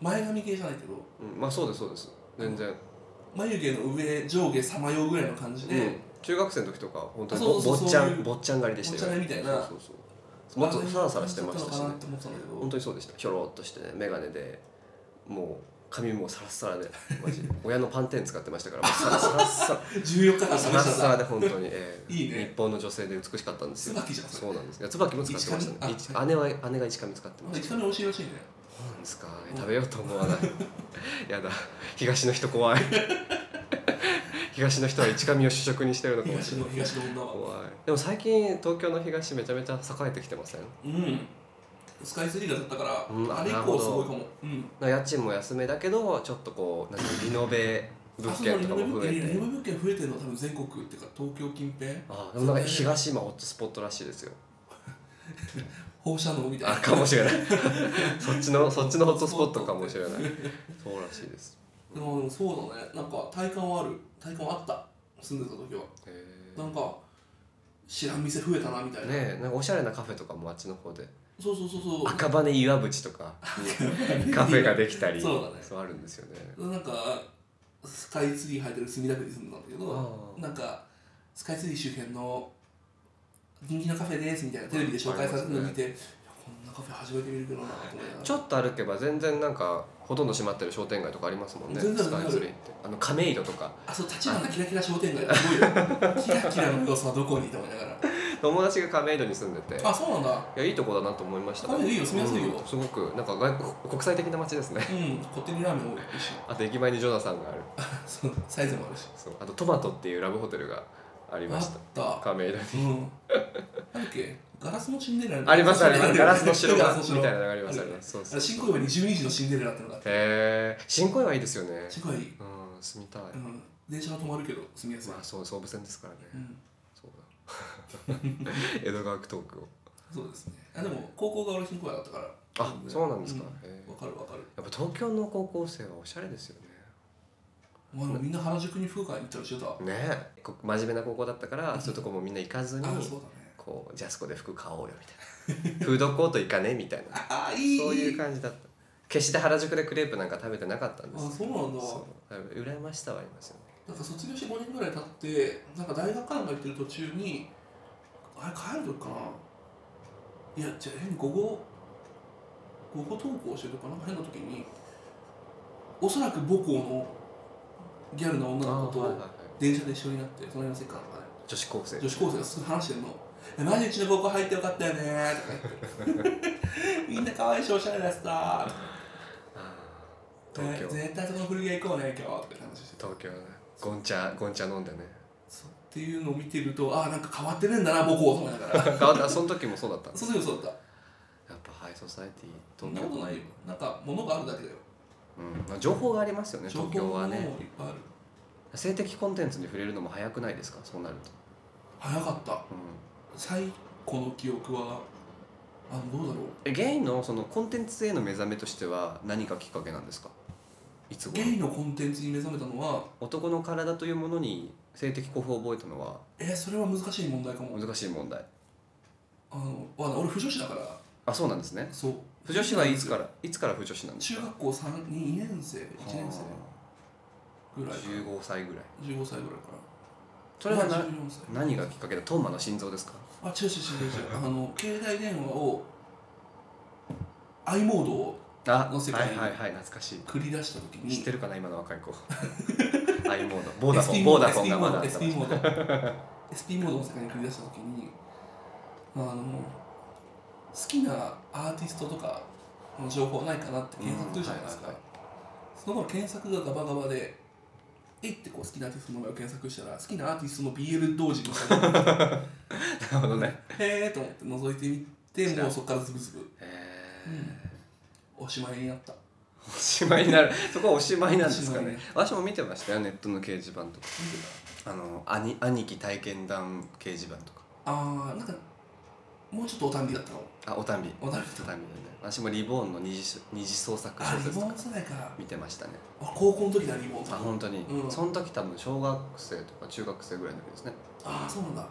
前髪系じゃないけど
うん、まあそうですそうです全然、
眉毛の上上下さまようぐらいの感じ
う
で
ん、中学生の時とか本当に
あそ
ぼ
うそうそう
っちゃ
そうん
坊っちゃん狩りでした
坊っちゃん狩りみたいな
そうそうそうもっとサラサラしてましたし
ねっ
ね
て思ってたんだけど
本当にそうでしたひょろっとしてね眼鏡でもう髪もサラッサラでマジで親のパンテン使ってましたからもうサラサラッサラ
14日間
サ
試
ラッ
し
サ
た
ラ
ら
で本当に、ええ
いいね
日本の女性で美しかったんですよ
椿じゃんそれ
そうなんですいや椿も使ってましたね
一
一姉は姉が一髪使って
なん
ま
か一
した
回目美味しいらしいね
そうなんですか食べようと思わないやだ東の人怖い
*laughs*
東の人は一髪を主食にしてるのかもし
東
れない
の東の女は
怖いでも最近東京の東めちゃめちゃ栄えてきてません
うんスカイツリーがだったから、
うん
あれ以
なるほ
降
ど
すごいかもうん
なんか家賃も安めだけどちょっとこうなんかリノベ物件とかも増え
あそうだリノベ
て
物件増えてるのは多分全国っていうか東京近辺
あでもなんか東今ホットスポットらしいですよ
放射能みたい
あ
な
かもしれない *laughs* そっちのそっちのホットスポットかもしれないそうらしいです
でもでもそうだねなんか体感はある体感はあった住んでた時は
へ
な
え
んか知らん店増えたなみたいな、
ねえなんかおしゃれなカフェとかもあっちの方で
そうそうそうそう
赤羽岩淵とかにカフェができたり
そうだね
そうあるんですよね
なんかスカイツリー入ってる墨田区に住んでたんだけど
あー
なんかスカイツリー周辺の人気のカフェですみたいなテレビで紹介されてるのを見て、いやこんなカフェ初めて見るけどなと思いながら
ちょっと歩けば全然なんかほとんど閉まってる商店街とかありますもんね
全然あ
ス
る
カイツリーってあの亀戸とか
あそう立花キラキラ商店街すごいよキラキラの要素はどこにと思いながら
*laughs* 友達が亀戸に住んでて
あそうなんだ
いやいいとこだなと思いました
亀戸いいよ住みやすいよ
うんすごくなんか外国国際的な街ですね
うんこってりラーメン多いし
あと駅前にジョナサンがある
そうサイズもあるし
そうあとトマトっていうラブホテルがありました
あった *laughs*
亀戸に
うんなんだっけガラスのシンデレラ
ありますあり *laughs* ますガラスの城
ガラスの
みたいなのがありますありますそう
あ
そう
れ新小岩に12時のシンデレラってのがあって
へえ新小岩はいいですよね
新小岩いい、
うん住みたい、
うん、電車が止まるけど住みやすい、
まあそう総武線ですからね、
うん、
そうだ *laughs* 江戸川区トークを
そうですねあでも高校が俺新小岩だったから
あそうなんですか、
う
へえ
わかるわかる
やっぱ東京の高校生はおしゃれですよね
お前もみんな原宿に風会に行ったりしてたあ
ねえこ真面目な高校だったから、そういうとこもみんな行かずに
そうだね
こうジャスコで服買おうよみたいなフードコート行かねみたいな
ああいい
そういう感じだった決して原宿でクレープなんか食べてなかったんです
あそうなんだ
そう羨ましさはありますよね
なんか卒業して5年ぐらい経ってなんか大学かなんか行ってる途中にあれ帰る時かないやじゃあ変に午後午後登校してるとかなんか変な時におそらく母校のギャルな女の子
あーはいはい
と
はい
電車で一緒になって隣の席かなんかね
女子高生
女子高生がすぐ話してんの「えマジうちの高校入ってよかったよね」とか
*laughs*
言って「みんな可愛いしおしゃれだしさ」
あ
と
ー
か言っ
東
て
京
「絶対そこの古着屋行こうね今日」とかって話して
東京ねゴンチャゴンチャ飲んでね
そうっていうのを見てるとああなんか変わってるんだな母校と思いながら *laughs*
変わったその時もそうだったんです
そうそうそうだっ
やっぱハイソサエティ
たそんな
東
こ
京
とないよなんか物があるだけだよ
うんまあ、情報がありますよね東京は
情
ね
報もいっぱいある
性的コンテンツに触れるのも早くないですかそうなると、
早かった
う、
最古の記憶はあのどうだろうん
えゲイのそのコンテンツへの目覚めとしては何がきっかけなんですかいつ頃
ゲイのコンテンツに目覚めたのは
男の体というものに性的興奮を覚えたのは
えー、それは難しい問題かも
難しい問題
あのわ俺不女子だから
あそうなんですね
そう
不女子はいつからいつから不女子なんです
中
か
学校3 2年生1年生ぐらいかな
15歳ぐらい
15歳ぐらいかな
それは
まあ
な
14歳
何がきっかけだトーマの心臓ですか
あ違う違う違う違うあの携帯電話を i モードを
あ
の世界
はいはいはい懐かしい
繰り出した時に
知ってるかな今の若
*laughs*
い子 i モードボーダフォ
SP
ン
モ
ボ
ー
ー
ド
ダフォンがまだあった
SP モード SP モード SP モードの世界に繰り出した時にあの好きなアーティストとかの情報ないかなって検索するじゃないですか、
うんはい
その頃検索がガバガバでえいってこう好きなアーティストの名前を検索したら好きなアーティストの BL 同時の *laughs* 写真が
なるほどね
へえと思って覗いてみ
知
て
らん
もうそこからズブズブ
へ
おしまいになった
ーおしまいになるそこはおしまいなんですか
おしまい
ね
ね
私も見てましたよネットの掲示板とかあの兄兄貴体験談掲示板とか
あーなんかもうちょっとおたんびだったの
あおたんび
おたんび
おたんびだね私もリボーンの二次二次創作
あ
小
リ
説
ボ
と
ン
か
世代か
見てましたね
あ高校の時だリボン
あ
さん
本当に、
うん
その時多分小学生とか中学生ぐらいの時ですね
ああそうなんだ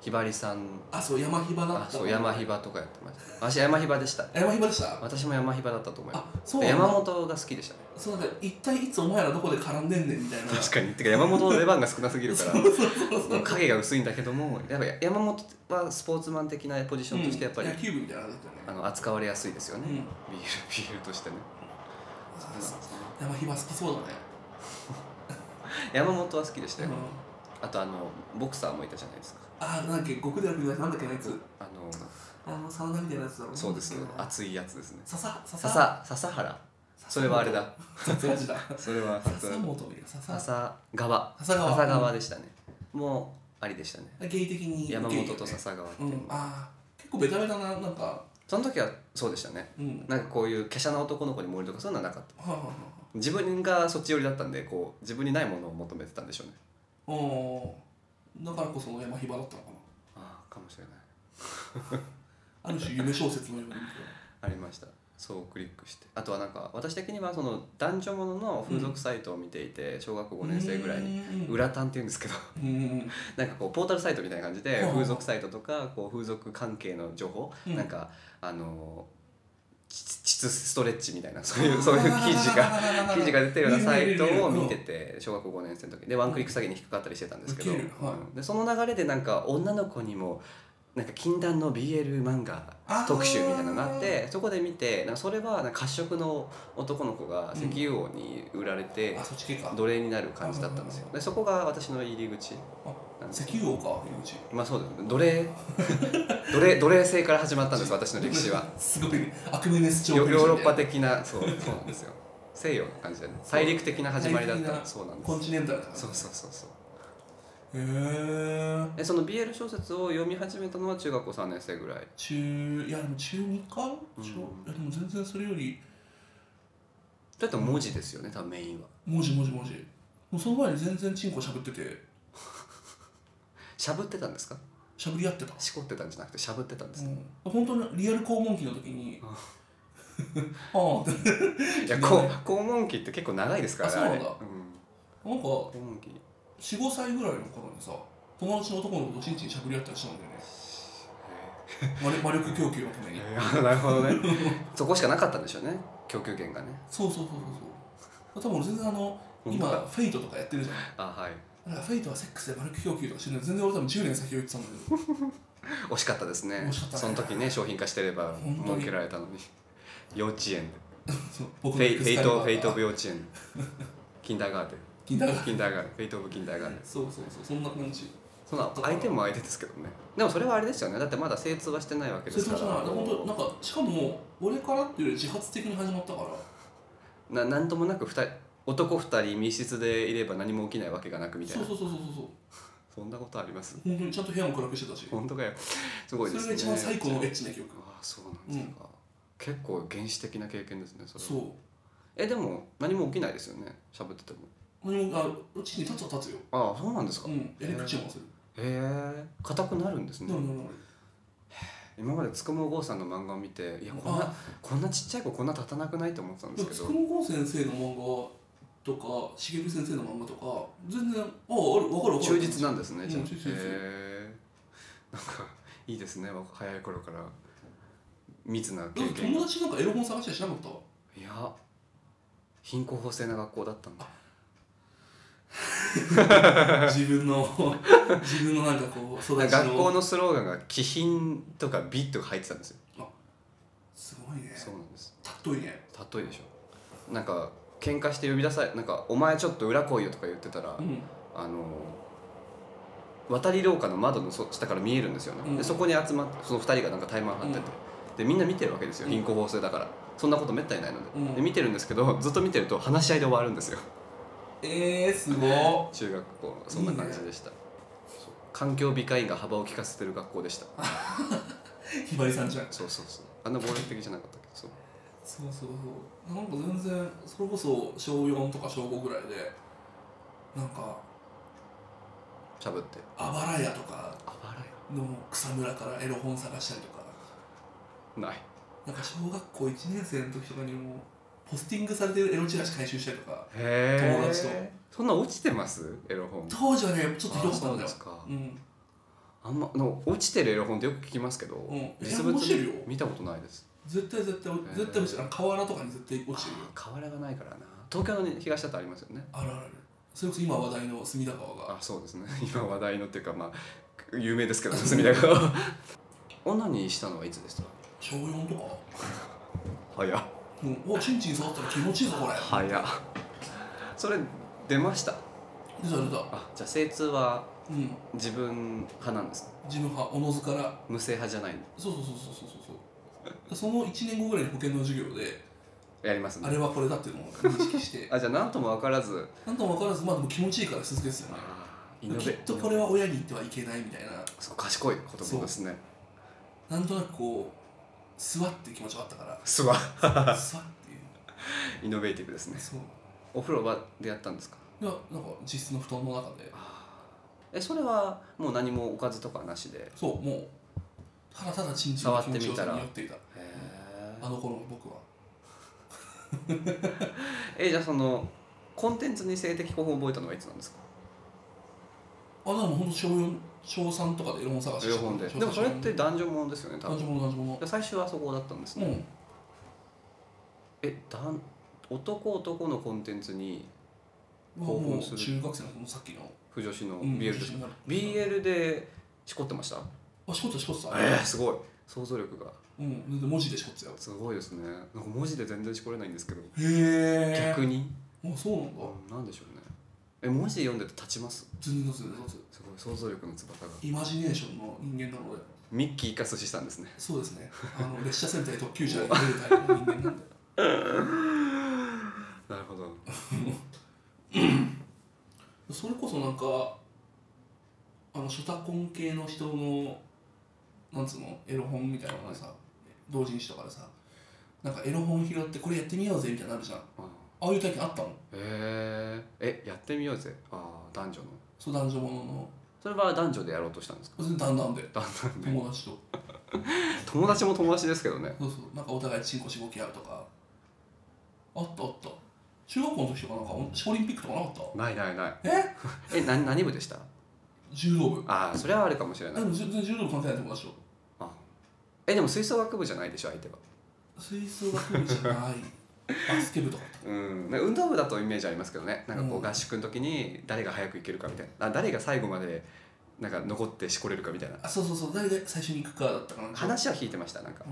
ひばりさん
あそう山ひばだった
あそう山ひばとかやってました私山ひばでした
山ひばでした
私も山ひばだったと思いま
あ
す
そうなんだ
山本が好きでしたね
そうなんか一体いつお前らどこで絡んでんねんみたいな
確かにてか山本の出番が少なすぎ
*laughs*
るからもう影が薄いんだけどもやっぱ山本はスポーツマン的なポジションとしてやっぱり、
うん野球部みたいなのだったよね
あの扱われやすいですよね、
うん
ビールビールとしてね
あー山ひば好きそうだね
山本は好きでした
う
よ、
ん
あとあのボクサーもいたじゃないですか
あーなんだっけ極でなくてなんだっけのやつ
あの
あのサウナみたいなやつだろ
そうですね
あ
熱いやつですね
笹笹
笹笹原それはあれだ
笹やつだ
それは
笹本いや笹
笹川
笹川
笹川でしたねもうありでしたね
ゲイ的に
山
ゲイよ
本
ね
と笹川って
う、
いうん
あー結構ベタベタななんか
その時はそうでしたね
うん
なんかこういう華奢な男の子に盛りとかそういうのはなかった
はあは
自分がそっち寄りだったんでこう自分にないものを求めてたんでしょうね
あはあおーだからこその山ひばだったのかな
ああかもしれない
ある種夢小説のように
ありましたそうクリックしてあとはなんか私的にはその男女ものの風俗サイトを見ていて、小学校5年生ぐらいに「
に
裏タン」っていうんですけど *laughs*
うん
なんかこうポータルサイトみたいな感じ
ほう
で
ほう
風俗サイトとかこう風俗関係の情報、
うん
なんかあのち膣ストレッチみたいな *laughs* そういうそういう記事が記事が出てるようなサイトを見てて小学校5年生の時でワンクリック詐欺に引っかかったりしてたんですけど、
ウケるはい
うんでその流れでなんか女の子にもなんか禁断の BL 漫画特集みたいなのがあってそこで見てなんかそれはなんか褐色の男の子が石油王に売られて
あそっち系か
奴隷になる感じだったんですよでそこが私の入り口なんですよ
石油王か入り口
まあそうだよね奴隷奴隷奴隷制から始まったんです私の歴史は
すごいねアクメネス朝
ヨヨーロッパ的なそうそうなんですよ西洋の感じだね大陸的な始まりだった
大陸的な
そうなんです
コンチネンタルとか
そうそうそうそう
えへえ
えその BL 小説を読み始めたのは中学校3年生ぐらい
中いやでも中2か中、
うん
いやでも全然それより
だって文字ですよね多分メインは
文字文字文字もうその前に全然チンコしゃぶってて
しゃぶってたんですか
しゃぶり合ってた、
しこってたんじゃなくてしゃぶってたんです
う
ね、
ん、本当にリアル肛門期の時にあ *laughs* あって
いやこう肛門期って結構長いですから
あ
ね
そうなんだ
あれ
なんか
うん、肛門期
45歳ぐらいの頃にさ友達の男の子とチンチンしゃぶり合ったりしたんだよね魔
*laughs*
力魔力供給のために
いやなるほど
*laughs*
ねそこしかなかったんでしょうね供給源がね
そうそうそうそうそう多分俺全然あの今
本当
フェイトとかやってるじゃん
あはい
だからフェイトはセックスで魔力供給とかしてるの全然俺多分10年先を言ってたんだけど
惜しかったですね
惜しかったね
その時ね商品化してれば
本当に
儲けられたのに幼稚園で
そう僕
フェイフェイトフェイトオ
ブ
ブ幼稚園キンダーガーデン
金だが
キンダーガーデンフェイトオブキンダーガーデン
そうそうそうそんな感じ
その相手も相手ですけどねでもそれはあれですよねだってまだ精通はしてないわけで
成
すか
長
ら
じゃない本当なんかしかも俺からっていうより自発的に始まったから
ななんともなく二人男2人密室でいれば何も起きないわけがなくみたい
そう
な
そうそうそうそう
そんなことあります
本当にちゃんと部屋も暗くしてたし
本当かよすごい
そ
で
れ
す
が
ね
一番最高のエッチな記憶
ああそうなんですか、結構原始的な経験ですねそれは
そう
えでも何も起きないですよね喋ってても
何もあうちに立つは立つよ
ああそうなんですか、
う
へ
んやり口もする
え硬くなるんですね
なるなるなる
今までつくも郷さんの漫画を見ていやこんな
あ
こんなちっちゃい子こんな立たなくないと思ってたんですけ
つ
ど
くも郷先生の漫画とかしげる先生の漫画とか全然ああある分かる分かる
忠実なんですね
うん
じゃあ
忠実
へ
です
えなんかいいですね若早い頃から密な
だ
経
って
験
友達なんかエロ本探したりしなかった
*laughs* いや貧困法制な学校だったんだ
自分
*laughs*
の自分のなんかこう育ち
学校
の
のスローガンが「気品」とか「美」とか入ってたんですよ
すごいね
そうなんです
たっといね
例えでしょなんか喧嘩して呼び出されなんか「お前ちょっと裏来いよ」とか言ってたら、
うん
あの渡り廊下の窓のそ下から見えるんですよね、
うん
でそこに集まってその2人がなんかタイマン張ってて、でみんな見てるわけですよ
うん
貧困法制だからそんなことめったにないので,、
うん
で見てるんですけどずっと見てると話し合いで終わるんですよ
えー、すごっ
中学校そんな感じでしたそう環境美化員が幅を利かせてる学校でした
ひばりさんじゃん
そうそうそうあんな暴力的じゃなかったけどそう
そうそうそうなんか全然それこそ小4とか小5ぐらいでなんか
しゃぶって
あばら屋とか
あばら
の草むらからエロ本探したりとか
やない
なんか小学校1年生の時とかにもポスティングされてるエロチラシ回収したりとか
へ
ー
友達とそんな落ちてますエロ本
当時はねちょっとひどかった
あそ
ん
う
だ
で
よ
すか
うん
あんまの落ちてるエロ本ってよく聞きますけど、
ん
実
いや
物
落ちてるよ
見たことないです
絶対絶対
ー
絶対落ちてるあの河原とかに絶対落ちてるよ
瓦がないからな東京のね東だとありますよね
あるあるあるそれこそ今話題の隅田川が
あそうですね *laughs* 今話題のっていうかまあ有名で
*laughs*
すけど隅田川女にしたのはいつですか
小4とか
早っ
うんおちんちん触ったら気持ちいいぞこれ
早っそれ出ました
出た出た
あじゃあ精通は
うん
自分派なんですね
自分派おのずから
無性派じゃないの
そうそうそうそうそうそうその1年後ぐらいに保険の授業で
やりますね
あれはこれだっていうのを認識して
*laughs* あじゃあ何とも分からず
なんとも分からずまあでも気持ちいいから続けてたよね
あーイノベ
きっとこれは親に言ってはいけないみたいな
そう賢い子供ですね
なんとなくこう座っていう気持ちがあったか
すわ *laughs*
ら座っていう
イノベーティブですね
そう
お風呂場でやったんですか
いやなんか実質の布団の中で
えそれはもう何もおかずとかなしでへ
そうもうただただチンチンの気持ちをに寄っていたあ
ー
の頃の僕は
えじゃあそのコンテンツに性的興奮を覚えたのはいつなんですか
あでもほんと小4小3とかでエロ本探し
両方で
小三
でもそれっ
小
て
四
男女ものですよね多
男
分
女もの男女もの
で最初はそこだったんですね、
うん
え男男男のコンテンツに興
も
奮
う
する
中学生のこのさっきの
不女子の
うん
BL
女
で
子
す
にな
か、
る
BL でしこってました
あ、しこったしこった。
えー、すごい想像力が
うん、全然文字でしこってたよ。
すごいですねなんか文字で全然しこれないんですけど、
へえ。
逆に、
あ、そうなんだ。
うん、なんでしょうねえ文字読んでて立ちます
全然全然全然。
すごい想像力の翼が
イマジネーションの人間なので。
ミッキーか寿司さんですね
そうですね。あの列車戦隊特急車で出るタイプの人間なんで。
なるほど
それこそなんか。あのショタコン系の人のなんつうのエロ本みたいなのがさ、同人誌とかでさなんかエロ本拾ってこれやってみようぜみたいなのあるじゃんあ
あ
あいう体験あったもん
えー、えやってみようぜああ男女の
そう男女ものの
それは男女でやろうとしたんですか
別にだんだんで
だんだんね
友達と
*laughs* 友達も友達ですけどね
そうそうなんかお互いチンコしごき合うとかあったあった中学校の時とかなんかオリンピックとかなかっ
ないないない
たえ
*laughs* えな何部でした
柔道部
ああそれはあるかもしれな
で
い
も全然柔道部関係ない友達と
えでも吹奏楽部じゃないでしょ相手は
吹奏楽部じゃない
*laughs*
バスケ部とか
うんなんか運動部だとイメージありますけどねなんかこ
う
うん合宿の時に誰が早く行けるかみたいなあ誰が最後までなんか残ってしこれるかみたいな
あそうそうそう誰が最初に行くかだったかな
話は聞いてましたなんか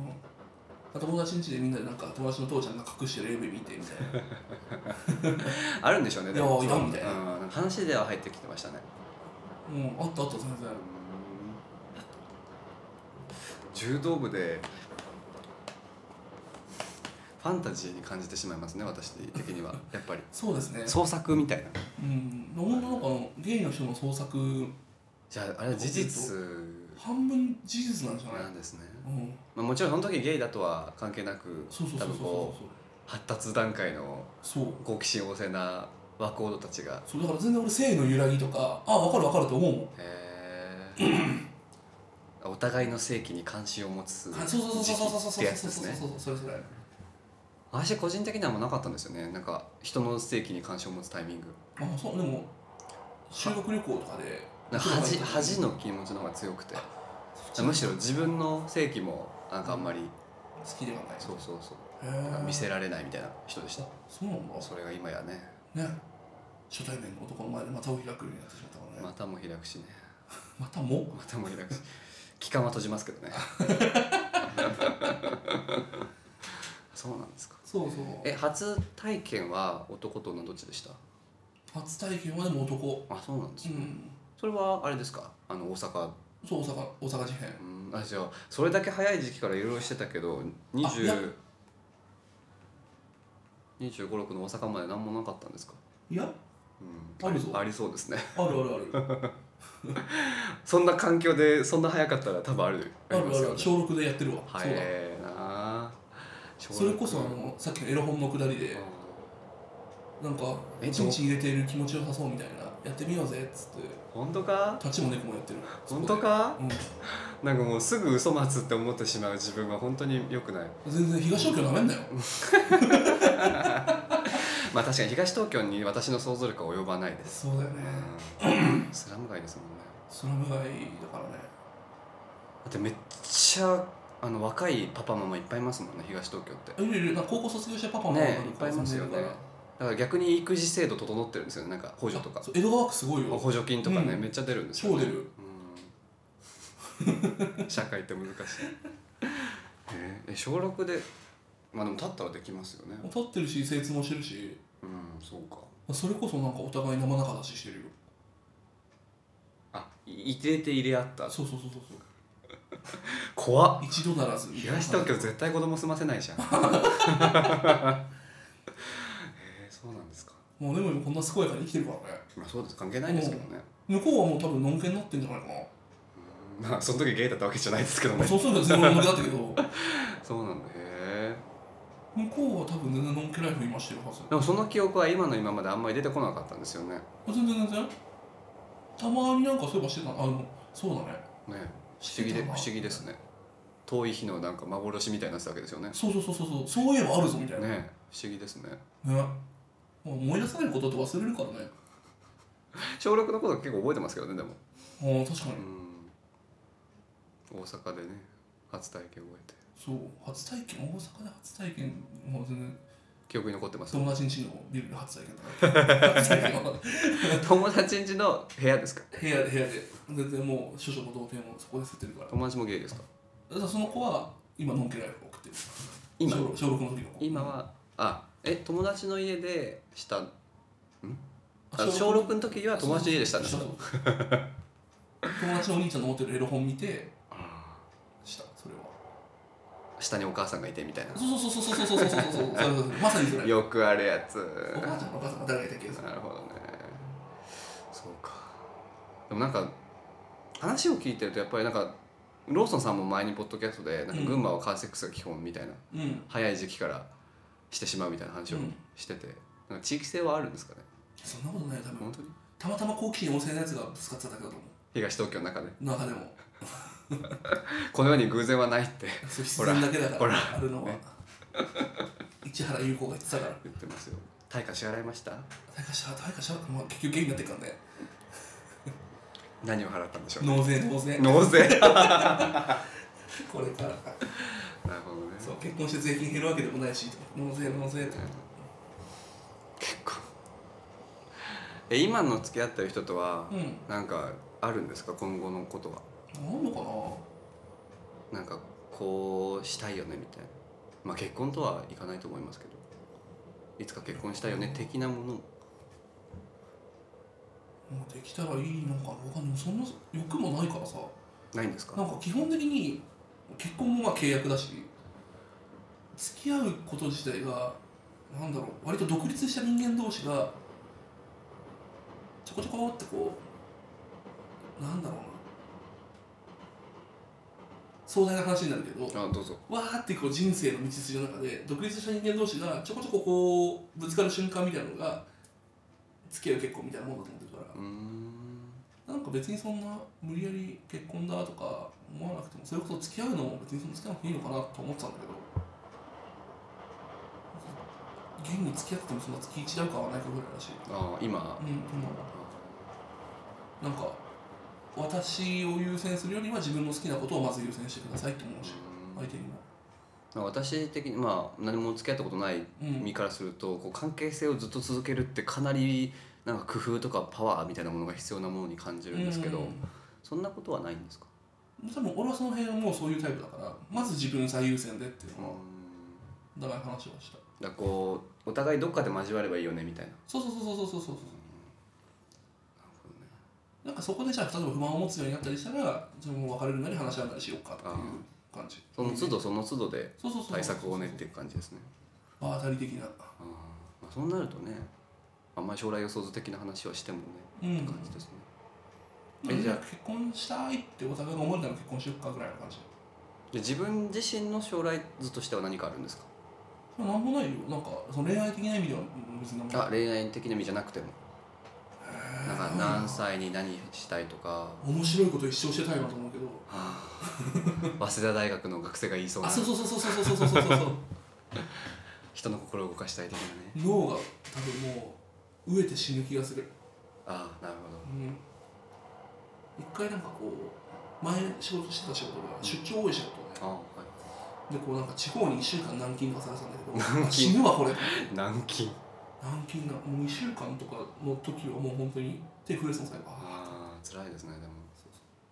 うん、友達ん家でみんなでなんか友達の父ちゃんが隠してる AV 見てみたいな
あるんでしょうねで
いやいや
うん
みたいな
うん話では入ってきてましたね
うんあったあった全然
柔道部でファンタジーに感じてしまいますね私的にはやっぱり
そうですね
創作みたいな
うん女の子のゲイの人の創作
じゃああれは事実
半分事実なんじゃない、
なんですね、
うん、
まあ、もちろんその時ゲイだとは関係なく
そうそう
多
そう
分こう発達段階の
そうそうそう
好奇心旺盛な若者たちが
そうだから全然俺性の揺らぎとかあ分かる分かると思うもん
へーお互いの性器に関心を持つ
あそうそうそうそうそうそうそう
時期ってやつ
そ
で
う
す
そう
ね
そうそれそれ
私個人的にはもうなかったんですよねなんか人の性器に関心を持つタイミング
あそうでも修学旅行とかで
なんか恥恥の気持ちの方が強くてむしろ自分の性器もなんかあんまり
好きではない
そうそうそう
へ
なんか
え
見せられないみたいな人でした
そうなんだ
それが今やね
ね初対面の男の前で股を開くようになってしまったからね、
股も開くしね
またも
股も開くし気管は閉じますけど *laughs* ねそうなんですか
そうそう
え初体験は男と女どっちでした
初体験はでも男
あそうなんです
う
ね、
ん
それはあれですかあの大阪
そう大阪大阪事変
うんあじゃあそれだけ早い時期からいろいろしてたけど
あいや
20 25、6の大阪まで何もなかったんですか、
いや
うん、
あるぞ
ありそうですね *laughs*
あるあるある
そんな環境でそんな早かったら多分ある
ある
ま
あ
す
るあ
よ
る
ね
小6でやってるわ、
早えなあ
そうだそれこそあ
小学
のさっきのエロ本のくだりでなんか
え
チンチン入れてる気持ちよさそうみたいなやってみようぜっつって
本当か
立ちも猫もやってる
本当か
うん
なんかもうすぐ嘘待つって思ってしまう自分は本当に良くない
全然東東京なめんなよ
まあ確かに東東京に私の想像力は及ばない
*laughs*
です、
そうだよね
うん、スラム街ですもんね
スラム街だからね
だってめっちゃあの若いパパママいっぱいいますもんね東東京って
あいるいるなんか高校卒業したパパも
ね
なんか
いっぱいいますよ
住ん
ね
でるから
だから逆に育児制度整ってるんですよねなんか補助とか
そう江戸川区すごいよ
補助金とかね、
うん
めっちゃ出るんですよ、
超
ね、
出る
うん社会って難
*laughs*
しいえーえ小6でまあでも立ったらできますよね
立ってるし精通もしてるし
うんそうか
それこそなんかお互い生中出ししてるよ
あい入れて入れ合った
そうそうそうそうそう
怖っ
一度ならず
東東京絶対子供住ませない
*laughs*
じゃんえーそうなんですか
もうでも今こんな健やかに生きてるからね
まあそうです関係ないですけどね、
向こうはもう多分のんけになってんじゃないかな
まあその時ゲイだったわけじゃないですけどね
そうすると全部のんけだったけど向
そうなんだへえ
こうは多分全然のんけライフ今してるはず
でもその記憶は今の今まであんまり出てこなかったんですよねね
全然全然たまになんかそういえばしてたなあでもそうだね
不思議で
してた
不
な
思議ですね遠い日のなんか幻みたいになってたわけですよねね
そうそうそうそうそうそういえばあるぞみたいなね
不思議ですね
もう思い出さないことって忘れるからね
小6のこと結構覚えてますけどねでも
ああ確か
う
に
ん大阪でね初体験覚えて
そう初体験大阪で初体験もう全然
記憶に残って *laughs* ます
友達ん家のビルで初体験だから初体験は
友達ん家の部屋ですか
部屋で部屋で全然もう少々も童貞もそこで捨ててるから
友達もゲイですか
だからその子は今のんけライフを送ってる
今
小六小六の時の子
今はあえ友達の家でしたんあ
小
小
六
6の時は友達の家でしたんです
そう
か
そう友達のお兄ちゃんの持ってるエロ本見てしたそれは
下にお母さんがいてみたいな
そうそうそうそうそうそうそうそうそうそうそうまさにそれ
よくあるやつ
お母ちゃんのお母さんが誰がいたっけど
なるほどねそうかでもなんか話を聞いてるとやっぱりなんかローソンさんも前にポッドキャストでなんか群馬はカーセックスが基本みたいな
うん
早い時期からしてしまうみたいな話を
うん
してて、なんか地域性はあるんですかね
そんなことないよ多分
本当に
たまたま好奇心旺盛なやつがぶつかってただけだと思
東東京の中で
う中でも
この世に偶然はないって
そう必
ほら
然だけだか
ほ
ら
ら
あるのは、市原優子が言ってたから
言ってますよ対価支払いました
誰かしら誰かしら、まあ、結局芸になってっからね
何を払ったんでしょう
納税納税
納税なる
これから
ほどね
そう結婚して税金減るわけでもないしとか納税納税とか
結構え今の付き合ってる人とは
うん
なんかあるんですか今後のことは
なんのかな
なんかこうしたいよねみたいなまあ結婚とはいかないと思いますけどいつか結婚したいよね的なもの
もうできたらいいのかなわかんないそんな欲もないからさ
ないんですか
なんか基本的に結婚もまあ契約だし付き合うこと自体がなんだろう割と独立した人間同士がちょこちょこってこうなんだろうな壮大な話になるけど
あどうぞ
わーってこう人生の道筋の中で独立した人間同士がちょこちょここうぶつかる瞬間みたいなのが付き合う結婚みたいなもんだと思ってるから
うーん
なんか別にそんな無理やり結婚だとか思わなくてもそれこそ付き合うのも別にその付き合わなくていいのかなと思ってたんだけど現に付き合っててもそんな月1だかはないかぐらいだし
あ
う
今
ん今はなんか私を優先するよりは自分の好きなことをまず優先してくださいって思うし相手にも
まあ私的にまあ何も付き合ったことない
うん
身からするとこう関係性をずっと続けるってかなりなんか工夫とかパワーみたいなものが必要なものに感じるんですけど、そんなことはないんですか
うん多分俺はその辺はもうそういうタイプだからまず自分最優先でっていう
う
のはお互い話はした
だからこうお互いどっかで交わればいいよねみたいな
そうそうそうそうそうそうそうなんかそこでじゃあ例えば不満を持つようになったりしたらじゃあもう別れるなり話し合うなりしようかっていう感じ
その都度その都度で
そうそうそう
対策を練っていく感じですね
場当たり的な
あーまあそうなるとねあんまり将来予想図的な話はしてもね
うん
って感じですね
え
え
じ
じ
ゃ
ゃ
あ
あ
結婚したいってお互いが思えたら結婚しようかぐらいの感じ
で自分自身の将来図としては何かあるんですか
でもなんもないよなんかその恋愛的な意味では別になんもない
あ恋愛的な意味じゃなくてもなんか何歳に何したいとか
面白いこと一生してたいなと思うけど
*laughs* 早稲田大学の学生が言いそう
あ
な
そうそうそうそうそうそうそうそうそう
人の心を動かしたい的なね
脳が多分もう飢えて死ぬ気がする
ああなる
うん一回なんかこう前仕事してた仕事が出張多い仕事で
ほどああ、は
でこうなんか地方に1週間軟禁とかされてたんだけどあ死ぬわこれ
い、南京
軟禁がもう2週間とかの時はもう本当に手震えそうにされば
ああ辛いですねでも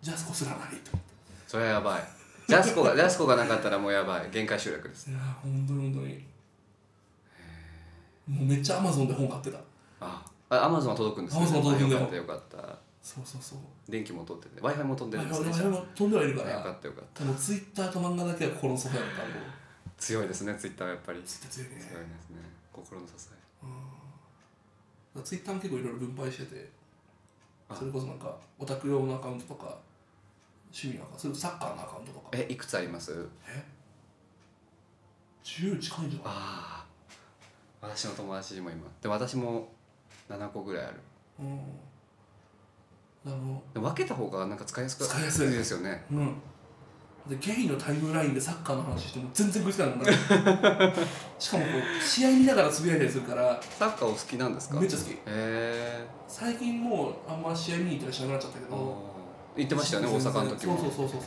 ジャスコすらないと思っ
それはやばいジャスコが *laughs* ジャスコがなかったらもうやばい限界集落です
ていやー本当に本当にもうめっちゃアマゾンで本買ってた
ああアマゾンは届くんです
Amazon は届くんだよ
よかったよかった
そうそうそう
電気も取ってて w i f i も飛んで
我
るんです
々
ねじゃ
も飛んではいるか
あよからったよかった
でもツイッターと漫画だけは心の支えだったんで
強いですねツイッターはやっぱり
ツイッター強いね
強いですね心の支え
ツイッターも結構いろいろ分配してて
あ
それこそなんかオタク用のアカウントとか趣味のアカウントそれとサッカーのアカウントとか
えいくつあります
10近いんじゃない
ああ私の友達も今で私も7個ぐらいある
うんあの
でも分けた方がなんか使いやすく
使いやすい
ですよね
うんでゲイのタイムラインでサッカーの話しても全然食いつかなくなる
*laughs*
しかもこう試合見ながらつぶやいたりするから
サッカーお好きなんですか
めっちゃ好き
へえ
最近もうあんま試合見に行ったりしなくなっちゃったけ
あ
ど
ー行ってましたよね大阪の時も
そうそうそうそう
へ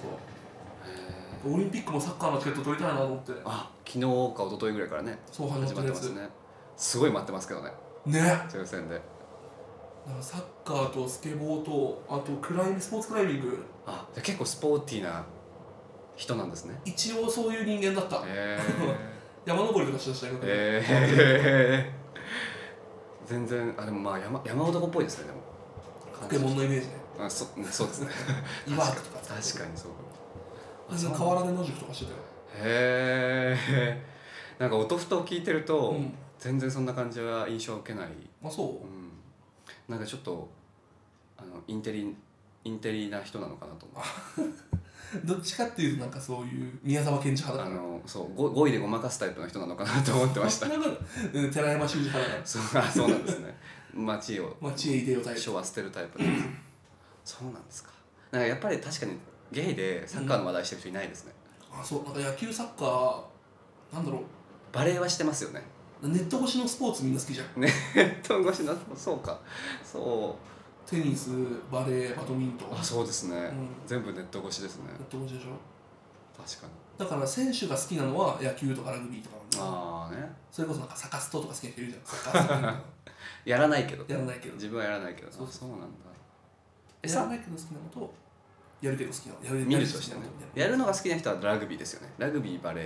そうオリンピックもサッカーのチケット取りたいなと思って
ーあ昨日か一昨日ぐらいからね
そう始ま
始ま
っ
ったて
や
ま
つ
すねすごい待ってますけどね
ね
抽選で
だからサッカーとスケボーとあとクライミスポーツクライミング
あじゃあ結構スポーティーな人なんですね
一応そういう人間だった
へ
山登りとかしだしたけ
え
ど、
*laughs* へえ全然あでもまあ山山男っぽいですねでも
ポケモンのイメージね
あそそうですね
*laughs* 岩とか
確かに確かにそう
あその河原で野宿とかしてたよ、
へえなんか音ふと聞いてると、
うん
全然そんな感じは印象を受けない、
まあそう
うん、なんかちょっとあのインテリインテリな人なのかなと思う
どっちかっていうとなんかそういう宮沢賢治
あ
派だか
のそうご語彙でごまかすタイプの人なのかなと思ってま
ら
し
*laughs*
た
なんかうん寺山修司派だから
そうあそうなんですね街を
まあ知恵いでよタイプ
書は捨てるタイプなんですそうなんですかなんかやっぱり確かにゲイでサッカーの話題してる人いないですね、
あそうなんか野球サッカーなんだろ
バレーはしてますよね
うネット越しのスポーツみんな好きじゃん
トンゴシなそうかそ
テニスバレーバドミントン
うあそうですね、
ん
全部ネット越しですね
ネット越しでしょ
確かに
だから選手が好きなのは野球とかラグビーとかなんだよ
ああね
それこそなんかサカストとか好きな人いるじゃんサカストと *laughs* か
やらないけど
やらないけど
自分はやらないけど
そう
あ
そ
そうなんだえ
やら
さ
ないけど好きなのとやるけど好きなのやる
見るとしてね
やるけど好きなのみたい
やるのが好きな人はラグビーですよねラグビーバレ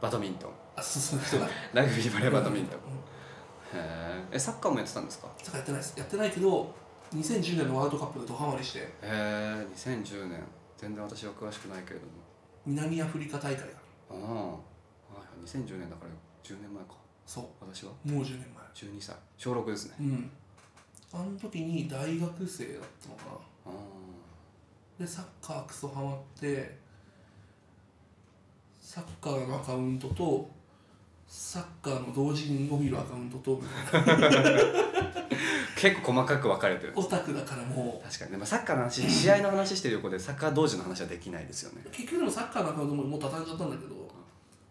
ーバドミントン
なあそうそう人が
ラグビーバレーバドミントン
うん
へーえサッカーもやってたんですか
サッカーやってないですやってないけど2010年のワールドカップでドハマりして
へえ2010年全然私は詳しくないけれど
南アフリカ大会が
もああはい2010年だから10年前か
そ
私は
うもう10年
12歳小6ですね
前うんあの時に大学生だったのかな
ああ
でサッカークソハマってサッカーのアカウントとサッカーの同時に伸びるアカウントと
結構細かく分かれてる
オタクだからも
確かにね、まあ、サッカーの話試合の話してる横でサッカー同士の話はできないですよね
う結局でもサッカーのアカウントももう畳んじゃったんだけど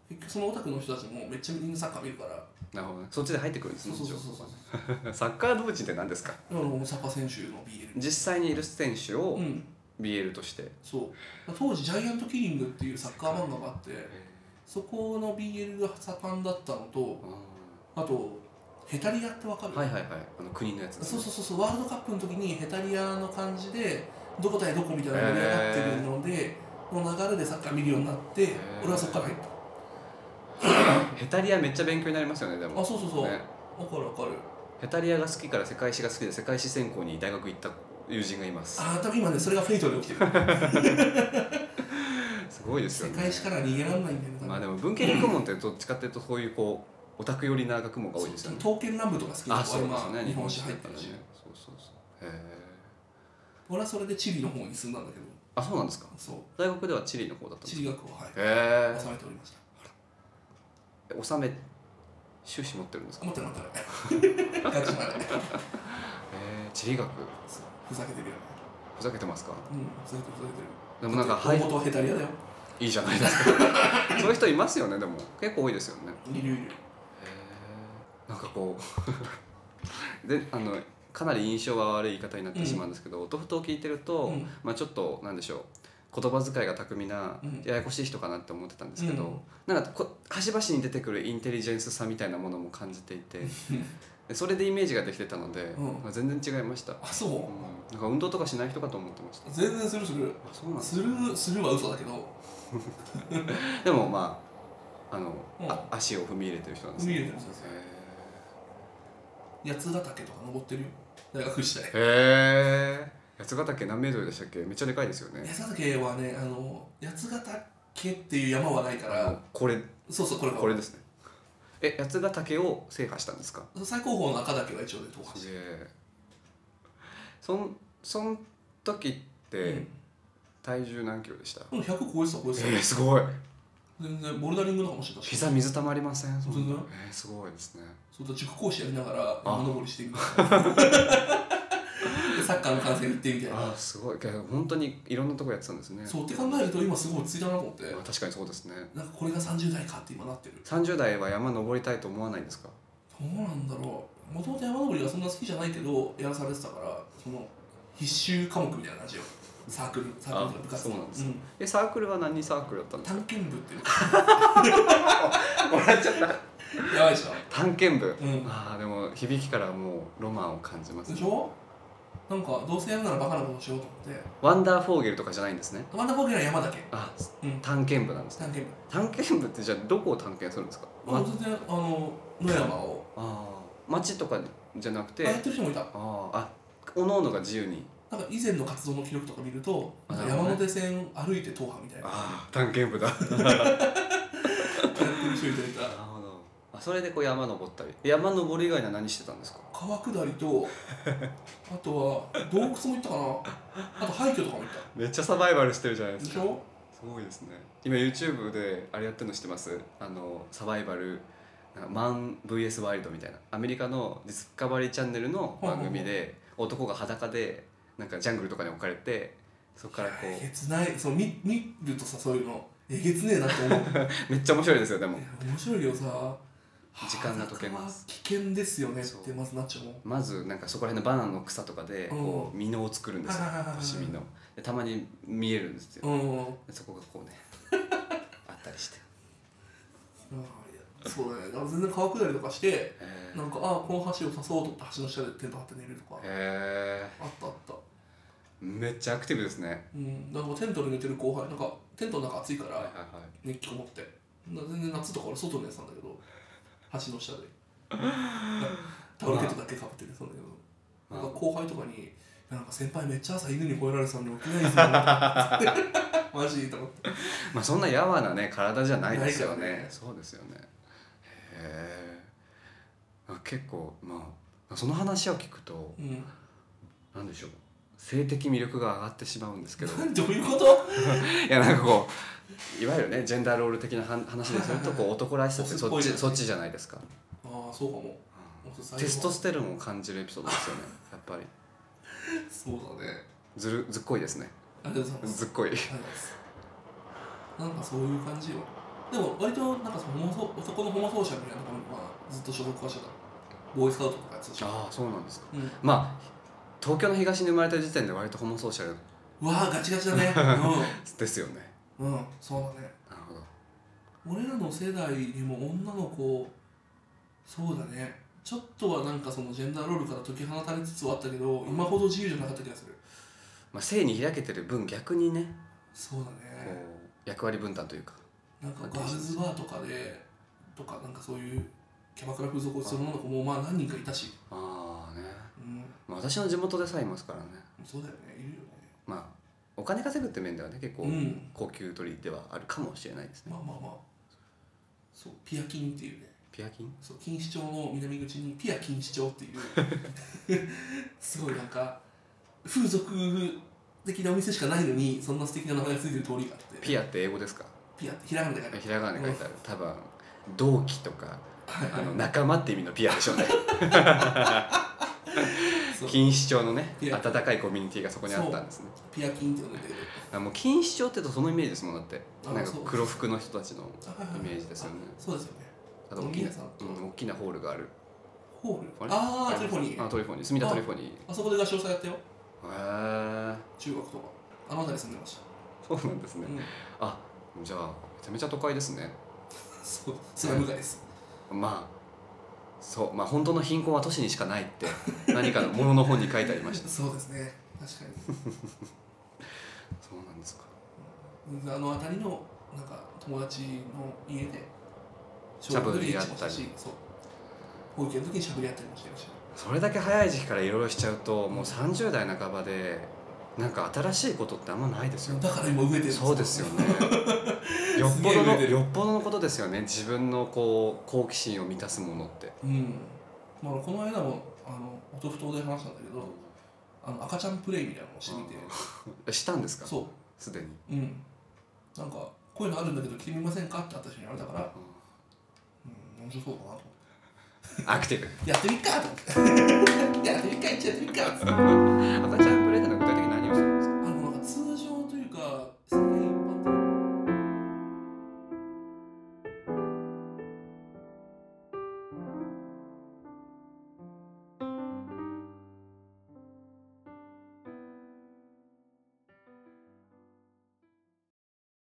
結局そのオタクの人たちもめっちゃみんなサッカー見るから
なるほどねそっちで入ってくるんです
そう
ね
そうそう
一
そう
応 *laughs* サッカー同士って何ですか
だから大阪選手の BL
実際にいる選手を
うん
BL として、
そう当時ジャイアントキリングっていうサッカー漫画があってそこの BL が盛んだったのと
あ
あとヘタリアってわかる
ーはいはいはいあの国のやつです
そう
ね
そうそうそうワールドカップの時にヘタリアの感じでどこ対どこみたいな盛り上がってるので、の流れでサッカー見るようになって、
ー
俺はそっから入った
ヘタリアめっちゃ勉強になりますよねでも
あそうそうそう、
ね
わかるわかる
ヘタリアが好きから世界史が好きで世界史専攻に大学行った友人がいます
ああ多分今ねそれがフェイトで起きてる
すごいですよ
世
ね
界史から逃げられないんだよね多分
まあでも文系学問ってどっちかっていうとそういうこうオタク寄りな学問が多いですよね
刀剣乱舞とか好きな
あ
子
そ
は
うです
今
ね
日本史入ってるし、
日本史入ったらねそうそうそうへえ
俺はそれでチリの方に住んだんだけど
あそうなんですか
そう
大学ではチリの方だったんで
地
す
理
か
学をはい
へ
収めておりました
え納め修士持ってるんですか
持ってなか
*laughs*
ったらガチまで
えー、地理学
そうふざけてるよね
ふざけてますか
うんふざけてるふざけてる
でもなんか
は
はいい
元はヘタリアだよ
いいじゃないです
*laughs*
かそういう人いますよねでも結構多いですよね
いるいる
なんかこう *laughs* であのかなり印象は悪い言い方になってしまうんですけど、音ふとを聞いてると、
うん
まあ、ちょっとなんでしょう言葉遣いが巧みな
うん
ややこしい人かなって思ってたんですけど、
うん
なんかこ端々に出てくるインテリジェンスさみたいなものも感じていてでそれでイメージができてたので、
うん
まあ全然違いました、
あそう
うんなんか運動とかしない人かと思ってました
全然するする
あそうなんです
するするは嘘だけど
でもまああの、
うん
あ足を踏み入れてる人なんです
海入れてるんですよ
へ
八ヶ岳とか登ってるよ大学時代
ーへー八ヶ岳何メートルでしたっけめっちゃでかいですよね
八ヶ岳はねあの八ヶ岳っていう山はないから
これ
そうそうこれ
これですねえ八ヶ岳を制覇したんですか
最高峰の赤岳は一応で東
へえそんそん時っ
橋う
て
ん
体重何キロでした、
うん100超えてた超えて
え
た
ー、すごい
全然ボルダリングとかもしてたし
膝水たまりませんそんな
本当
えー、すごいですね
そうだ塾講師やりながら山登りして
*laughs*
みたいなでサッカーの観戦行ってみたい
あ
な
ーすごいけど本当にいろんなとこやってたんですね
そうって考えると今すごい落ち着いたなと思って
まあ確かにそうですね
なんかこれが30代かって今なってる
30代は山登りたいと思わないんですか
どうなんだろうもともと山登りがそんな好きじゃないけどやらされてたからその必修科目みたいな感じよサークルサークルとか部活
あそうなんです
う
ねえサークルは何サークルだったんですか
探検部っていう
*laughs* もらっちゃった
やばいでしょ
探検部、
うん
ああでも響きからもうロマンを感じます
で
ね
しょなんかどうせやるならバカなことしようと思って
ワンダーフォーゲルとかじゃないんですね
真ん中僕ら山だけ
あ、
うん
探検部なんですね
探検部
探検部ってじゃあどこを探検するんですか、
あ全然あの野山を
あー町とかじゃなく
あ
てあ
やってる人もいた
ーあおのおのが自由に
なんか以前の活動の記録とか見ると
あ
なんか
なるほど
山
ね
手線歩いて踏破みたいなや
*laughs* ああ探検部だなる *laughs*
ってる人いたいた
ほどあそれでこう山登ったり山登る以外には何してたんですか
川下りとあとは洞窟も行ったかなあと廃墟とかも行っ
めっちゃサバイバルしてるじゃない
た
で
ですし
か
ょ
すごいですね今 YouTube であれやってるの知ってますあのサバイバルなんかマン VS ワイルドみたいなアメリカのディスカバリーチャンネルの番組で男が裸でなんかジャングルとかに置かれてそこからこ
えげつないそう見見るとさそういうのえげつねえなと
*laughs*
思う
うめっちゃ面白いですよでも
面白いけどさ
時間が解けます
裸は危険ですよねっ
そう
てまずなっちゃうもん
まずなんかそこら辺のバナナの草とかでこう実を作るんですよ
はいはいはいはい
シミのでたまに見えるんですよ
うん
でそこがこうねあったりして、
ああいやそうだねだから全然川下りとかして
えー
なんかああこの橋を刺そうと思って橋の下でテント張って寝るとか
え
あったあった
ーめっちゃアクティブですね
うんなんかテントで寝てる後輩なんかテントの中暑いか
はいは
ら
いはい
熱気こもってな全然夏とか俺外寝てたんだけど橋の下でタオルケットだけかぶって寝てたんだけど、
まあ
なんか後輩とかにいやなんか先輩めっちゃ朝犬に吠えられてたのに起きないですよマジと思って
まあそんなやわなね体じゃないですよ
ない
ね
からね
そうですよねへえあ結構まあその話を聞くと
うん
何でしょう性的魅力が上がってしまうん *laughs* ですけど
なん *laughs* どういうこと
いやなんかこういわゆるねジェンダーロール的なはん話でするとこう男らしさ *laughs* ってそ
オ
っ
スっ
ち
ぽい
そっちじゃないですか
ああそうかも
テストステロンを感じるエピソードですよねやっぱり
そうだね
ずるずっこいですね
ありがとうございます
ずっこい
ありがとうございますなんかそういう感じよでも割となんかそのホモソ男のホモソーシャルみたいなところにはずっと所属はしてたボーイスカウトとかやってたし
ああそうなんですか
うん
まあ東京の東に生まれた時点で割とホモソーシャル
うわあガチガチだ *laughs* ね
ですよね
うんうんそうだね
なるほど
俺らの世代にも女の子そうだねちょっとはなんかそのジェンダーロールから解き放たれつつはあったけど今ほど自由じゃなかった気がする
まあ、性に開けてる分逆にね、
そうだ
こ
ね
う役割分担というか
なんかガールズバーとかでとかなんかそういうキャバクラ風俗をする女の子もまあ何人かいたし
ああね、
うん
まあ、私の地元でさえいますからね
そうだよねいるよね
まあお金稼ぐって面ではね結構
うん
高級取りではあるかもしれないですね、
まあまあまあそうピアキンっていうね
ピアキン
そう錦糸町の南口にピア錦糸町っていう
*laughs*
すごいなんか風俗的なお店しかないのにそんな素敵な名前がついてる通りがあって
ピアって英語ですか
ピアってひらがなで書いてある
ひらがなで書いてある多分同期とか
はい
あの仲間って意味のピア
*laughs*
でしょうね
そう
錦糸町のね
ピア
温かいコミュニティがそこにあったんですね
ピアキンって呼んでて
あもう錦糸町って言うとそのイメージですもんだって
あ
なんか
そう
黒服の人たちの
あ
イメージですよね
そうですよね
あと大き
飲み
な
屋さん、
うん、大きなホールがある
ホール
あれ
ああトリフォニー
あトリフォニー隅田トリフォニ
あそこで合唱祭やったよ
ーへえ
中学とかあの辺り住んでました、
そうなんですね
うん、
あじゃあめちゃめちゃ都会ですね
そうスラム街です
まあそうまあ本当の貧困は都市にしかないって何かのものの本に書いてありました *laughs*
そうですね確かに
そうなんですか
うんあの辺りのなんか友達の家で
しゃぶりやったり
小学の時に一緒にしたしそう保育園の時にしゃぶりやったりもしてるし
それだけ早い時期からいろいろしちゃうともう30代半ばでなんか新しいことってあんまないですよ
だから今植えてるんです
そうですよ
*laughs*
ねよっぽ
す
ど
げえ
の
出てる
よっぽどのことですよね自分のこう好奇心を満たすものって
うん、まあ、この間もあの音不当で話したんだけどあの赤ちゃんプレイみたいなのをしてみて
えしたんですか
そ
すでに
ううんなんかこういうのあるんだけど着てみませんかって私に言われたからうん面白そうだなと思って
アクティブ
や *laughs* ってみっかと思ってやってみっか一応やってみっかっつって
赤ちゃんプレイってのは具体的に何をする